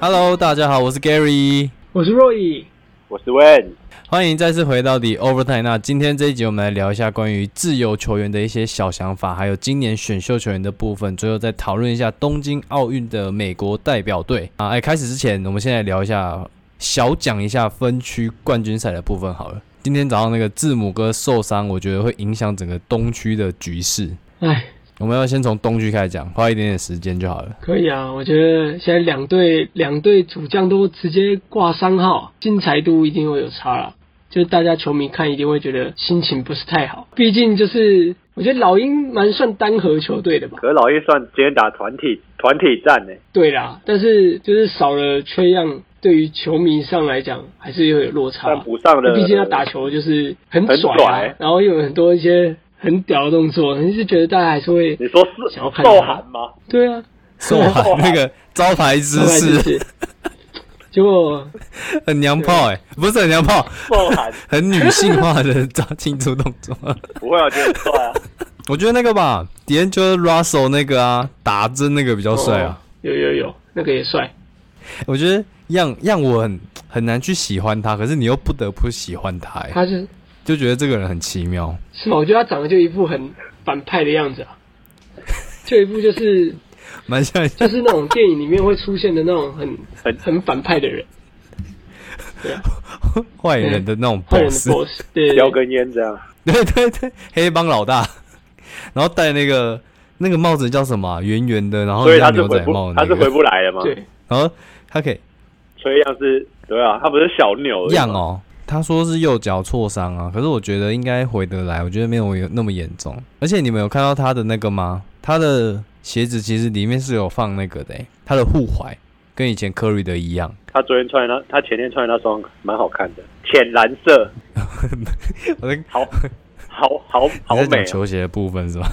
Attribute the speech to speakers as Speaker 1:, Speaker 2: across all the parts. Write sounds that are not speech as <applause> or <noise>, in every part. Speaker 1: Hello，大家好，我是 Gary，
Speaker 2: 我是若以，
Speaker 3: 我是 Wen。
Speaker 1: 欢迎再次回到 The Overtime。那今天这一集我们来聊一下关于自由球员的一些小想法，还有今年选秀球员的部分，最后再讨论一下东京奥运的美国代表队啊。哎，开始之前，我们先来聊一下，小讲一下分区冠军赛的部分好了。今天早上那个字母哥受伤，我觉得会影响整个东区的局势。
Speaker 2: 哎，
Speaker 1: 我们要先从东区开始讲，花一点点时间就好了。
Speaker 2: 可以啊，我觉得现在两队两队主将都直接挂三号，精彩度一定会有差啦。就是大家球迷看一定会觉得心情不是太好，毕竟就是我觉得老鹰蛮算单核球队的吧。
Speaker 3: 可是老鹰算今天打团体团体战呢、
Speaker 2: 对啦，但是就是少了缺样，对于球迷上来讲还是又有落
Speaker 1: 啊
Speaker 2: 差
Speaker 3: 但。补上了，
Speaker 2: 毕竟他打球就是很
Speaker 3: 很
Speaker 2: 拽、啊
Speaker 3: 拽，
Speaker 2: 然后又有很多一些很屌的动作，你是觉得大家还是会
Speaker 3: 你说是
Speaker 2: 想要看
Speaker 3: 受
Speaker 2: 他
Speaker 3: 寒吗？
Speaker 2: 对啊，
Speaker 1: 受寒那个招牌姿
Speaker 2: <laughs> 对，就
Speaker 1: 势
Speaker 3: <laughs>
Speaker 2: 是。结果
Speaker 1: <laughs> 很娘炮哎、不是很娘炮，
Speaker 3: 受寒
Speaker 1: 很女性化的招庆祝动作。
Speaker 3: 不会啊，我觉得很帅啊。
Speaker 1: <laughs> 我觉得那个吧，迪恩就是 Russell 那个啊，打针那个比较帅啊。
Speaker 2: 哦有有有，那个也帅。
Speaker 1: 我觉得让让我很很难去喜欢他，可是你又不得不喜欢他、
Speaker 2: <laughs>
Speaker 1: 欸，
Speaker 2: 他是
Speaker 1: 就觉得这个人很奇妙。
Speaker 2: 是哦吗？我觉得他长得就一副很反派的样
Speaker 1: <laughs>
Speaker 2: 子啊，就一副就是
Speaker 1: 蛮像
Speaker 2: 就是那种电影里面会出现的那种很
Speaker 3: 很
Speaker 2: 很反派的人，对啊，
Speaker 1: 坏人的那种
Speaker 2: 坏人
Speaker 1: boss，
Speaker 2: 的 boss，对对
Speaker 3: 叼
Speaker 2: 对
Speaker 3: 根烟这样，
Speaker 1: <laughs> 对对对，黑帮老大，然后戴那个那个帽子叫什么啊、圆圆的，然后
Speaker 3: 所以他
Speaker 1: 像
Speaker 3: 是
Speaker 1: 牛
Speaker 3: 回
Speaker 1: 仔
Speaker 3: 不
Speaker 1: 帽、那
Speaker 3: 他
Speaker 1: 个，
Speaker 3: 是回不来了嘛。
Speaker 2: 对，
Speaker 1: 然后他可以
Speaker 3: 崔样是，对啊，他不是小牛而已嘛
Speaker 1: 样，哦。他说是右脚挫伤啊，可是我觉得应该回得来，我觉得没有有那么严重。而且你们有看到他的那个吗？他的鞋子其实里面是有放那个的欸、他的护踝跟以前科瑞的一
Speaker 2: <laughs>
Speaker 1: 样。
Speaker 3: 他昨天穿的那，他前天穿的那双蛮好看的，浅蓝色，
Speaker 1: 我
Speaker 2: 哦
Speaker 1: 在
Speaker 3: 好，好，好，好
Speaker 1: 你在讲
Speaker 3: 美哦、
Speaker 1: 球鞋的部分是吧？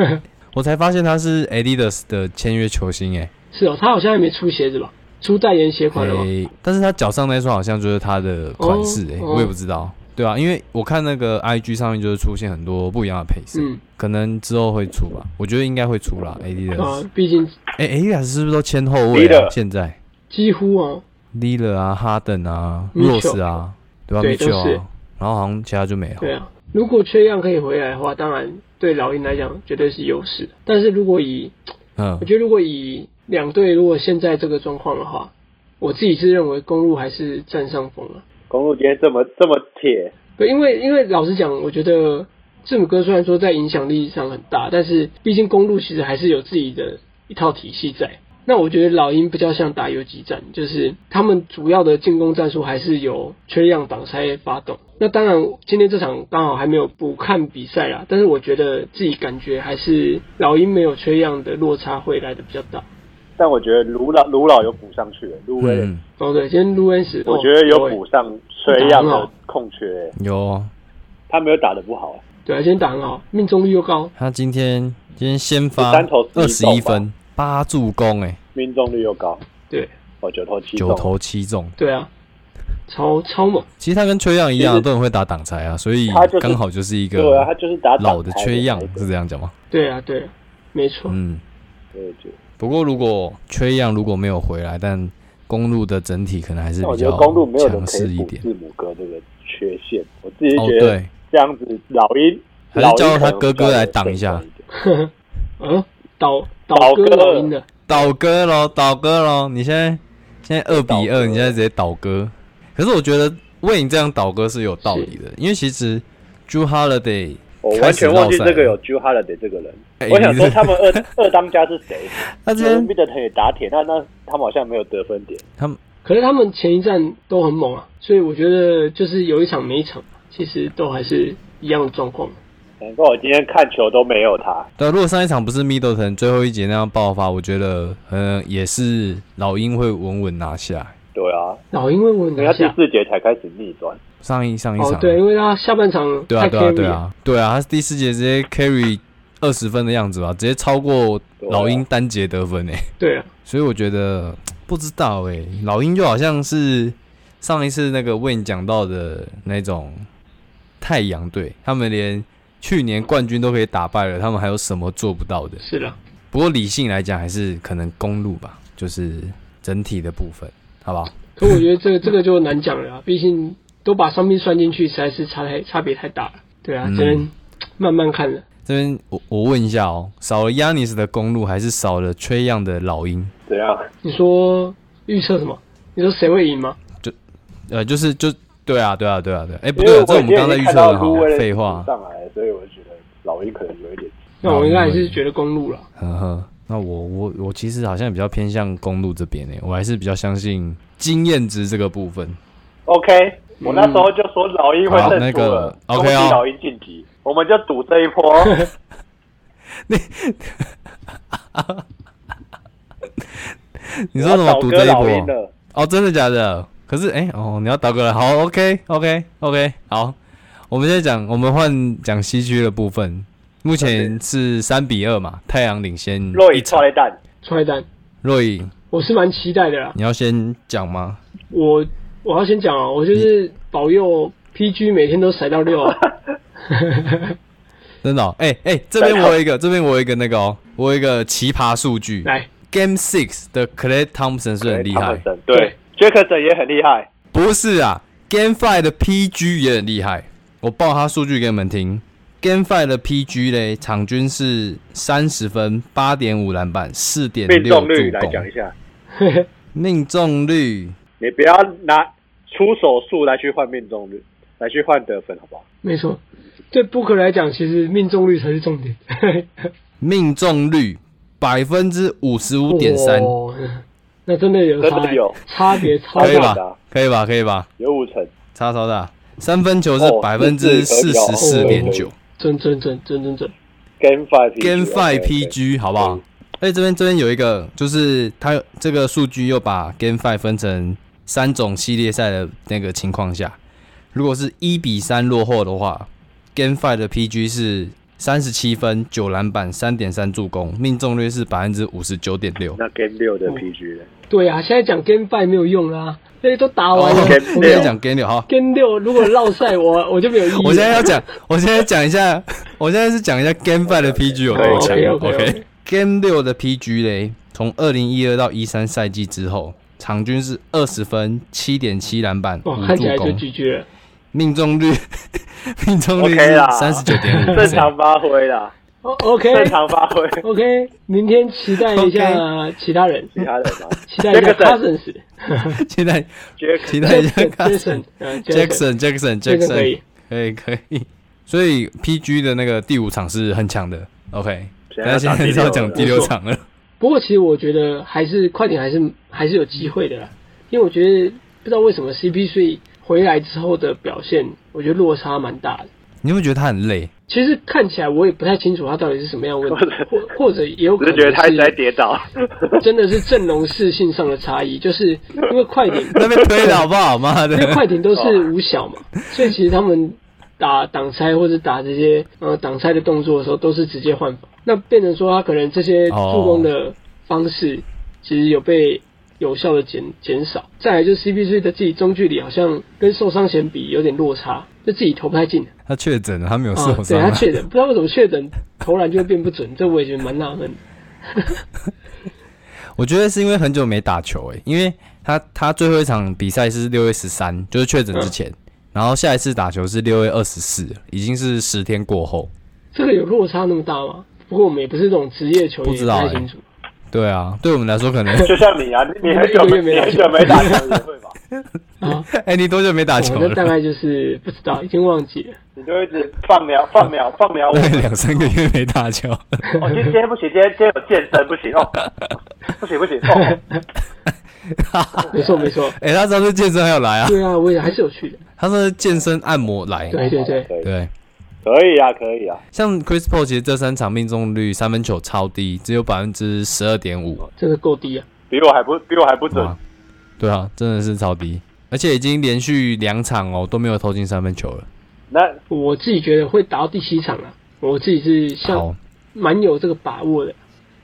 Speaker 1: <laughs> 我才发现他是 Adidas 的签约球星哎、
Speaker 2: 是哦，他好像还没出鞋子吧？出代言鞋款了哦吗？
Speaker 1: 诶，但是他脚上那双好像就是他的款式哎、
Speaker 2: 哦哦
Speaker 1: 我也不知道。对啊，因为我看那个 IG 上面就是出现很多不一样的配色，
Speaker 2: 嗯，
Speaker 1: 可能之后会出吧，我觉得应该会出啦。Adidas
Speaker 2: 啊，毕竟
Speaker 1: 哎、欸，a 是不是都签后卫啊？
Speaker 3: Leader
Speaker 1: 现在
Speaker 2: 几乎啊，
Speaker 1: l i l a 啊、哈登啊、
Speaker 2: Mitchell
Speaker 1: Rose 啊，对吧
Speaker 2: 对都
Speaker 1: Mitchell
Speaker 2: 是
Speaker 1: 啊，然后好像其他就没了。
Speaker 2: 对啊，如果缺样可以回来的话，当然对老鹰来讲绝对是优势。但是如果以
Speaker 1: 嗯
Speaker 2: 我，觉得如果以两队如果现在这个状况的话，我自己是认为公路还是占上风了。
Speaker 3: 公路今天这么这么铁，
Speaker 2: 对，因为因为老实讲，我觉得字母哥虽然说在影响力上很大，但是毕竟公路其实还是有自己的一套体系在。那我觉得老鹰比较像打游击战，就是他们主要的进攻战术还是由缺氧挡拆发动。那当然，今天这场刚好还没有补看比赛啦，但是我觉得自己感觉还是老鹰没有缺氧的落差会来的比较大。
Speaker 3: 但我觉得卢老卢老有补上去了，卢威、
Speaker 1: 嗯，
Speaker 2: 哦，对，今天卢恩斯，
Speaker 3: 我觉得有
Speaker 2: 哦
Speaker 3: 补上崔样
Speaker 2: 打得很
Speaker 3: 的
Speaker 2: 好
Speaker 3: 空缺、
Speaker 1: 有哦
Speaker 3: 他没有打得不好、啊
Speaker 2: 对，今天打很好，命中率又高，
Speaker 1: 他今天今天先发
Speaker 3: 13投
Speaker 1: 二十一
Speaker 3: 11
Speaker 1: 分，八助攻、欸，哎，
Speaker 3: 命中率又高，
Speaker 2: 对
Speaker 3: 哦，九投七
Speaker 1: 九
Speaker 3: 中，
Speaker 1: 投七中。
Speaker 2: 对啊，超超猛，
Speaker 1: 其实他跟缺样一样啊，
Speaker 3: 其实
Speaker 1: 都很会打挡拆啊，所以
Speaker 3: 他就是
Speaker 1: 刚好就是一
Speaker 3: 对啊，他
Speaker 1: 个
Speaker 3: 就是打挡
Speaker 1: 老的
Speaker 3: 拆
Speaker 1: 缺样
Speaker 3: 那，个
Speaker 1: 是这样讲吗？
Speaker 2: 对啊对啊，没错，
Speaker 1: 嗯，
Speaker 3: 对对。
Speaker 1: 不过如果缺样如果没有回来，但公路的整体可能还是
Speaker 3: 那我
Speaker 1: 比
Speaker 3: 觉得
Speaker 1: 较
Speaker 3: 公路没有人
Speaker 1: 强
Speaker 3: 可
Speaker 1: 势
Speaker 3: 以
Speaker 1: 一
Speaker 3: 补
Speaker 1: 点。
Speaker 3: 字母哥这个缺陷，我自己
Speaker 1: 哦，
Speaker 3: 觉得
Speaker 1: 对，
Speaker 3: 这样子老鹰
Speaker 1: 还是
Speaker 3: 老鹰
Speaker 1: 叫他
Speaker 3: 可能
Speaker 1: 哥哥
Speaker 3: 比较
Speaker 1: 来
Speaker 3: 有
Speaker 1: 挡一
Speaker 3: 胜
Speaker 1: 下
Speaker 3: 算点
Speaker 2: 嗯，倒倒
Speaker 3: 倒
Speaker 2: 戈
Speaker 3: 戈
Speaker 2: 老鹰的，
Speaker 1: 倒戈喽，倒戈喽！你现在现在二比
Speaker 3: 倒
Speaker 1: 二，
Speaker 3: 戈
Speaker 1: 你现在直接倒戈。可是我觉得为你这样倒戈是有道理的，因为其实 Drew Holiday
Speaker 3: 我
Speaker 1: 开
Speaker 3: 完
Speaker 1: 始
Speaker 3: 全
Speaker 1: 绕
Speaker 3: 忘记
Speaker 1: 赛
Speaker 3: 这个
Speaker 1: 了
Speaker 3: 有 j u Holiday 这个人，
Speaker 1: 哎
Speaker 3: 我想
Speaker 1: 你
Speaker 3: 说
Speaker 1: 这
Speaker 3: 他们
Speaker 1: <laughs>
Speaker 3: 二二当家是谁？
Speaker 1: 他
Speaker 3: 就
Speaker 1: 之
Speaker 3: 是
Speaker 1: 前
Speaker 3: Middleton 也打铁，那那他们好像没有得分点，
Speaker 1: 他们
Speaker 2: 可是他们前一站都很猛啊，所以我觉得就是有一场没一场，其实都还是一样的状况。
Speaker 3: 难怪我今天看球都没有他。
Speaker 1: 对，如果上一场不是 Middleton 最后一节那样爆发，我觉得嗯也是老鹰会稳稳拿下。
Speaker 3: 对啊，
Speaker 2: 老鹰会稳
Speaker 3: 因为
Speaker 2: 拿
Speaker 3: 他第
Speaker 2: 下，
Speaker 3: 四节才开始逆转，
Speaker 1: 上一上一
Speaker 2: 哦
Speaker 1: 场，
Speaker 2: 对，因为他下半场
Speaker 1: 对啊
Speaker 2: 太
Speaker 1: 对啊
Speaker 2: carry
Speaker 1: 对
Speaker 2: 了，
Speaker 1: 啊对啊，他第四节直接 carry 二十分的样子吧，直接超过老鹰单节得分欸诶、
Speaker 2: 对啊，
Speaker 1: 所以我觉得不知道哎、老鹰就好像是上一次那个为你讲到的那种太阳队，他们连去年冠军都可以打败了，他们还有什么做不到的？
Speaker 2: 是啦，
Speaker 1: 不过理性来讲，还是可能公路吧，就是整体的部分，好不好？
Speaker 2: 可我觉得
Speaker 1: <laughs>
Speaker 2: 这个这个就难讲了啊，毕竟都把伤病算进去，实在是差太差别太大了。对啊，
Speaker 1: 嗯
Speaker 2: 只能慢慢看了。
Speaker 1: 这边我我问一下哦，少了 Yanis 的公路，还是少了 Trey Young 的老鹰？
Speaker 3: 怎样？
Speaker 2: 你说预测什么？你说谁会赢吗？
Speaker 1: 呃，就是就对啊，对啊，对啊，对啊。哎，不
Speaker 3: 因
Speaker 1: 对、
Speaker 3: 为
Speaker 1: 啊，这
Speaker 3: 我
Speaker 1: 们刚才预测的好
Speaker 3: 已经看到都为，了
Speaker 1: 废话。
Speaker 3: 上来，所以我觉得老鹰可能有一点。
Speaker 2: 那我应该还是觉得公路了。
Speaker 1: 呵呵，那我我我其实好像比较偏向公路这边诶，欸我还是比较相信经验值这个部分。
Speaker 3: OK，我那时候就说老鹰会
Speaker 1: 嗯好那
Speaker 3: 胜出
Speaker 1: 个
Speaker 3: 了，
Speaker 1: OK
Speaker 3: 恭
Speaker 1: 哦
Speaker 3: 喜老鹰晋级，我们就赌这一波。
Speaker 1: <laughs> 你说怎么赌这一
Speaker 3: 我要倒戈老鹰
Speaker 1: 波？
Speaker 3: 了？
Speaker 1: 哦，真的假的？可是哎、哦，你要倒戈了，好，OK，OK，OK，、好。我们现在讲，我们换讲西区的部分，目前是三比二嘛，太阳领先
Speaker 3: 若
Speaker 1: 一
Speaker 3: 以
Speaker 1: 场
Speaker 3: 超。雷蛋，
Speaker 2: 踹单，
Speaker 1: 若隐，
Speaker 2: 我是蛮期待的啦。
Speaker 1: 你要先讲吗？
Speaker 2: 我我要先讲哦，我就是保佑 PG 每天都甩到六
Speaker 1: <laughs>
Speaker 2: 啊。
Speaker 1: 真的、哦？哎、哎、这边我有一个，这边我有一个那个哦，我有一个奇葩数据。
Speaker 2: 来， <laughs>
Speaker 1: Game Six 的 Clay Thompson 是
Speaker 3: 哎
Speaker 1: 很厉害，
Speaker 3: 汤普森对，Jackson 也很厉害。
Speaker 1: 不是啊？Game Five 的 PG 也很厉害，我报他数据给你们听。Game Five 的 PG 嘞，场均是三十分、八点五篮板、四点
Speaker 3: 命
Speaker 1: 六助
Speaker 3: 中率来讲一
Speaker 1: 攻，
Speaker 3: 下，
Speaker 1: 命中率
Speaker 3: 你不要拿出手数来去换命中率，来去换得分，好不好？
Speaker 2: 没错，对布克来讲，其实命中率才是重
Speaker 1: <laughs>
Speaker 2: 点。
Speaker 1: 命中率百分之五十五点三，
Speaker 2: 哇那真的有差、
Speaker 3: 真的有
Speaker 2: 差别超
Speaker 1: 可以
Speaker 2: 大。
Speaker 1: 吧？可以吧？可以吧？
Speaker 3: 有五成，
Speaker 1: 差超大，三分球是
Speaker 3: 哦
Speaker 1: 百分之四十四点
Speaker 3: 是
Speaker 1: 九
Speaker 3: 哦
Speaker 2: 真真真真真真，
Speaker 3: Game Five
Speaker 1: ，Game Five
Speaker 3: PG
Speaker 1: PG 好不好
Speaker 3: 嗯？
Speaker 1: 哎，这边这边有一个，就是它这个数据又把 Game Five 分成三种系列赛的那个情况下，如果是一比三落后的话，Game Five 的 PG 是三十七分、九篮板、三点三助攻，命中率是百分之五十九点六。
Speaker 3: 那 Game 六
Speaker 1: 哦
Speaker 3: 的 PG 呢？
Speaker 2: 对啊，现在讲 Game Five 没有用啦，那些都打
Speaker 1: 哦
Speaker 2: 完了。
Speaker 1: <laughs>
Speaker 3: Game
Speaker 1: 我们先讲 Game 六哈。
Speaker 2: Game 六如果落赛，我我就没有意义了。
Speaker 1: <laughs> 我现在要讲，我现在讲一下， <laughs> 我现在是讲一下 Game Five 的 PG 有多强。
Speaker 2: OK，OK，OK
Speaker 1: Game 六的 PG 嘞，从二零一二到一三赛季之后，场均是二十分、七点七篮板、
Speaker 2: 哇，
Speaker 1: 五
Speaker 2: 哦看
Speaker 1: 助
Speaker 2: 起来就
Speaker 1: 攻，
Speaker 2: GG 了。
Speaker 1: 命中率 <laughs> 命中率
Speaker 3: OK 啦
Speaker 1: 三十九点五，
Speaker 3: 正
Speaker 2: <laughs>
Speaker 3: 常发挥
Speaker 1: <laughs>
Speaker 3: 啦，
Speaker 2: O OK
Speaker 3: 正常发挥。
Speaker 2: OK，明天期待一下其他人，
Speaker 3: 其他人
Speaker 1: <laughs>
Speaker 3: 嘛
Speaker 2: 期待一下
Speaker 3: 嗯 Jackson
Speaker 2: Cousins、
Speaker 1: 期待期
Speaker 3: Jackson
Speaker 1: 待一下看
Speaker 2: Jackson、嗯
Speaker 1: Jackson Jackson
Speaker 2: Jackson 可
Speaker 1: Jackson
Speaker 2: 以
Speaker 1: 可以可以，所以 PG 的那个第五场是很强的。OK，
Speaker 3: 现
Speaker 1: 那
Speaker 3: 在
Speaker 1: 现
Speaker 3: 打
Speaker 1: 在
Speaker 3: 第
Speaker 1: 是要
Speaker 3: 六了
Speaker 1: 讲第六场了。
Speaker 2: 不过其实我觉得还是快点还是还是有机会的啦，因为我觉得不知道为什么 CP3 回来之后的表现，我觉得落差蛮大的。
Speaker 1: 你有没有觉得他很累？
Speaker 2: 其实看起来我也不太清楚他到底是什么样的
Speaker 3: <laughs>
Speaker 2: 问题，或或者也有可
Speaker 3: 只是
Speaker 2: 能
Speaker 3: 觉得他一直在
Speaker 2: 是
Speaker 3: 跌倒。
Speaker 2: 真的是阵容适性上的差异，就是因为快
Speaker 3: <laughs>
Speaker 2: 点
Speaker 1: 那边推了好不好？妈的
Speaker 2: 因！为快艇都是五小嘛，
Speaker 1: 哦
Speaker 2: 所以其实他们打挡拆或者打这些呃挡拆的动作的时候，都是直接换防。那变成说他可能这些
Speaker 1: 哦
Speaker 2: 助攻的方式，其实有被有效的减减少。再来就是 CP3 的自己中距离好像跟受伤前比有点落差，就自己投不太进
Speaker 1: 他确诊了，他没有
Speaker 2: 啊
Speaker 1: 受。
Speaker 2: 对
Speaker 1: 伤
Speaker 2: 他
Speaker 1: 啊。
Speaker 2: 确诊，不知道为什么确诊投篮就会变不准，这我也觉得蛮纳闷的。
Speaker 1: 我觉得是因为很久没打球诶、因为他他最后一场比赛是六月十三，就是确诊之前，
Speaker 2: 嗯
Speaker 1: 然后下一次打球是六月二十四，已经是十天过后。
Speaker 2: 这个有落差那么大吗？不过我们也不是这种职业球员，
Speaker 1: 不知道
Speaker 2: 也不
Speaker 1: 欸
Speaker 2: 太
Speaker 1: <laughs>
Speaker 2: 清楚。
Speaker 1: 对啊，对我们来说可能，
Speaker 3: <laughs>
Speaker 2: <laughs>
Speaker 3: 就像你啊，你你很久
Speaker 2: 一个
Speaker 3: 没
Speaker 2: 月没
Speaker 3: 你
Speaker 2: 打球
Speaker 3: 很久没打球也会 <laughs> 吧？
Speaker 1: 哎、你多久没打球
Speaker 2: 我那大
Speaker 1: 了？
Speaker 2: 概就是不知道，已经忘记了。
Speaker 3: 你就一直放鸟放鸟放鸟我。
Speaker 1: 对， <laughs> 两三个月没打
Speaker 2: <laughs>
Speaker 1: 球。
Speaker 3: 哦，今天不行，今天今天有健身不行哦， <laughs> 不行不行哦。
Speaker 2: 没错没错，
Speaker 1: 哎、他上次健身还有来啊，
Speaker 2: 对啊，我也还是有去的。
Speaker 1: 他上次健身按摩来。
Speaker 2: 对对对，
Speaker 3: 可以
Speaker 1: 对，
Speaker 3: 可以啊，可以啊，
Speaker 1: 像 Chris Paul 其实这三场命中率三分球超低，只有百分之十二点五。
Speaker 2: 真的够低啊！
Speaker 3: 比我还不比我还不准
Speaker 1: 哇。对啊，真的是超低，而且已经连续两场哦都没有投进三分球了。
Speaker 3: 那
Speaker 2: 我自己觉得会打到第七场啊，我自己是
Speaker 1: 好
Speaker 2: 像，蛮有这个把握的。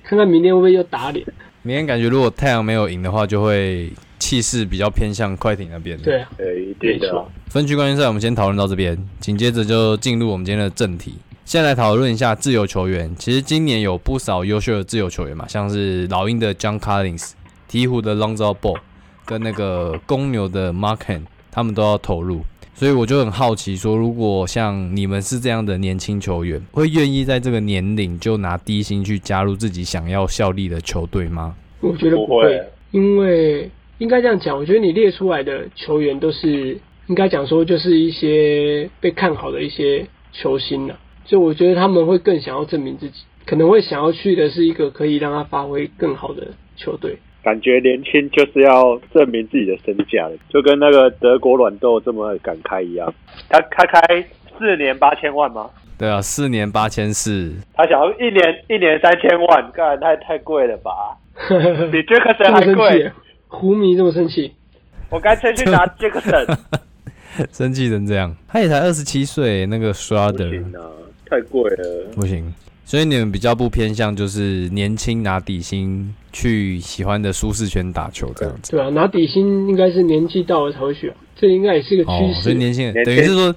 Speaker 2: 看看明天会不会又打脸？
Speaker 1: 明天感觉如果太阳没有赢的话，就会气势比较偏向快艇那边的。
Speaker 2: 对，啊，
Speaker 3: 呃，一定的啊。
Speaker 1: 分区冠军赛我们先讨论到这边，紧接着就进入我们今天的正题。先来讨论一下自由球员。其实今年有不少优秀的自由球员嘛，像是老鹰的 John Collins、鹈鹕的 Lonzo Ball 跟那个公牛的 Mark h a n 他们都要投入。所以我就很好奇说，如果像你们是这样的年轻球员，会愿意在这个年龄就拿低薪去加入自己想要效力的球队吗？
Speaker 2: 我觉得
Speaker 3: 不
Speaker 2: 不
Speaker 3: 会啊
Speaker 2: 会，因为应该这样讲，我觉得你列出来的球员都是应该讲说就是一些被看好的一些球星了、就我觉得他们会更想要证明自己，可能会想要去的是一个可以让他发挥更好的球队。 <laughs>
Speaker 3: 感觉年轻就是要证明自己的身价的，就跟那个德国软豆这么敢开一样。他他开四年八千万吗？
Speaker 1: 对啊，四年八千四，
Speaker 3: 他想要一年一年三千万，干太太贵了吧？ <laughs> 比杰克
Speaker 2: 这
Speaker 3: 森
Speaker 2: 么
Speaker 3: 啊还
Speaker 2: 生气啊
Speaker 3: 贵，，
Speaker 2: 胡迷这么生气，
Speaker 3: 我干脆去拿杰克森。
Speaker 1: 生气成这样，他也才二十七岁，那个 Schrader
Speaker 3: 啊，太贵了。
Speaker 1: 不行，所以你们比较不偏向就是年轻拿底薪去喜欢的舒适圈打球这样子。
Speaker 2: 对啊，拿底薪应该是年纪到了才会去啊，这应该也是个
Speaker 1: 哦
Speaker 2: 趋，势。
Speaker 1: 所以年轻人
Speaker 3: 年
Speaker 1: 等
Speaker 3: 轻
Speaker 1: 于是说，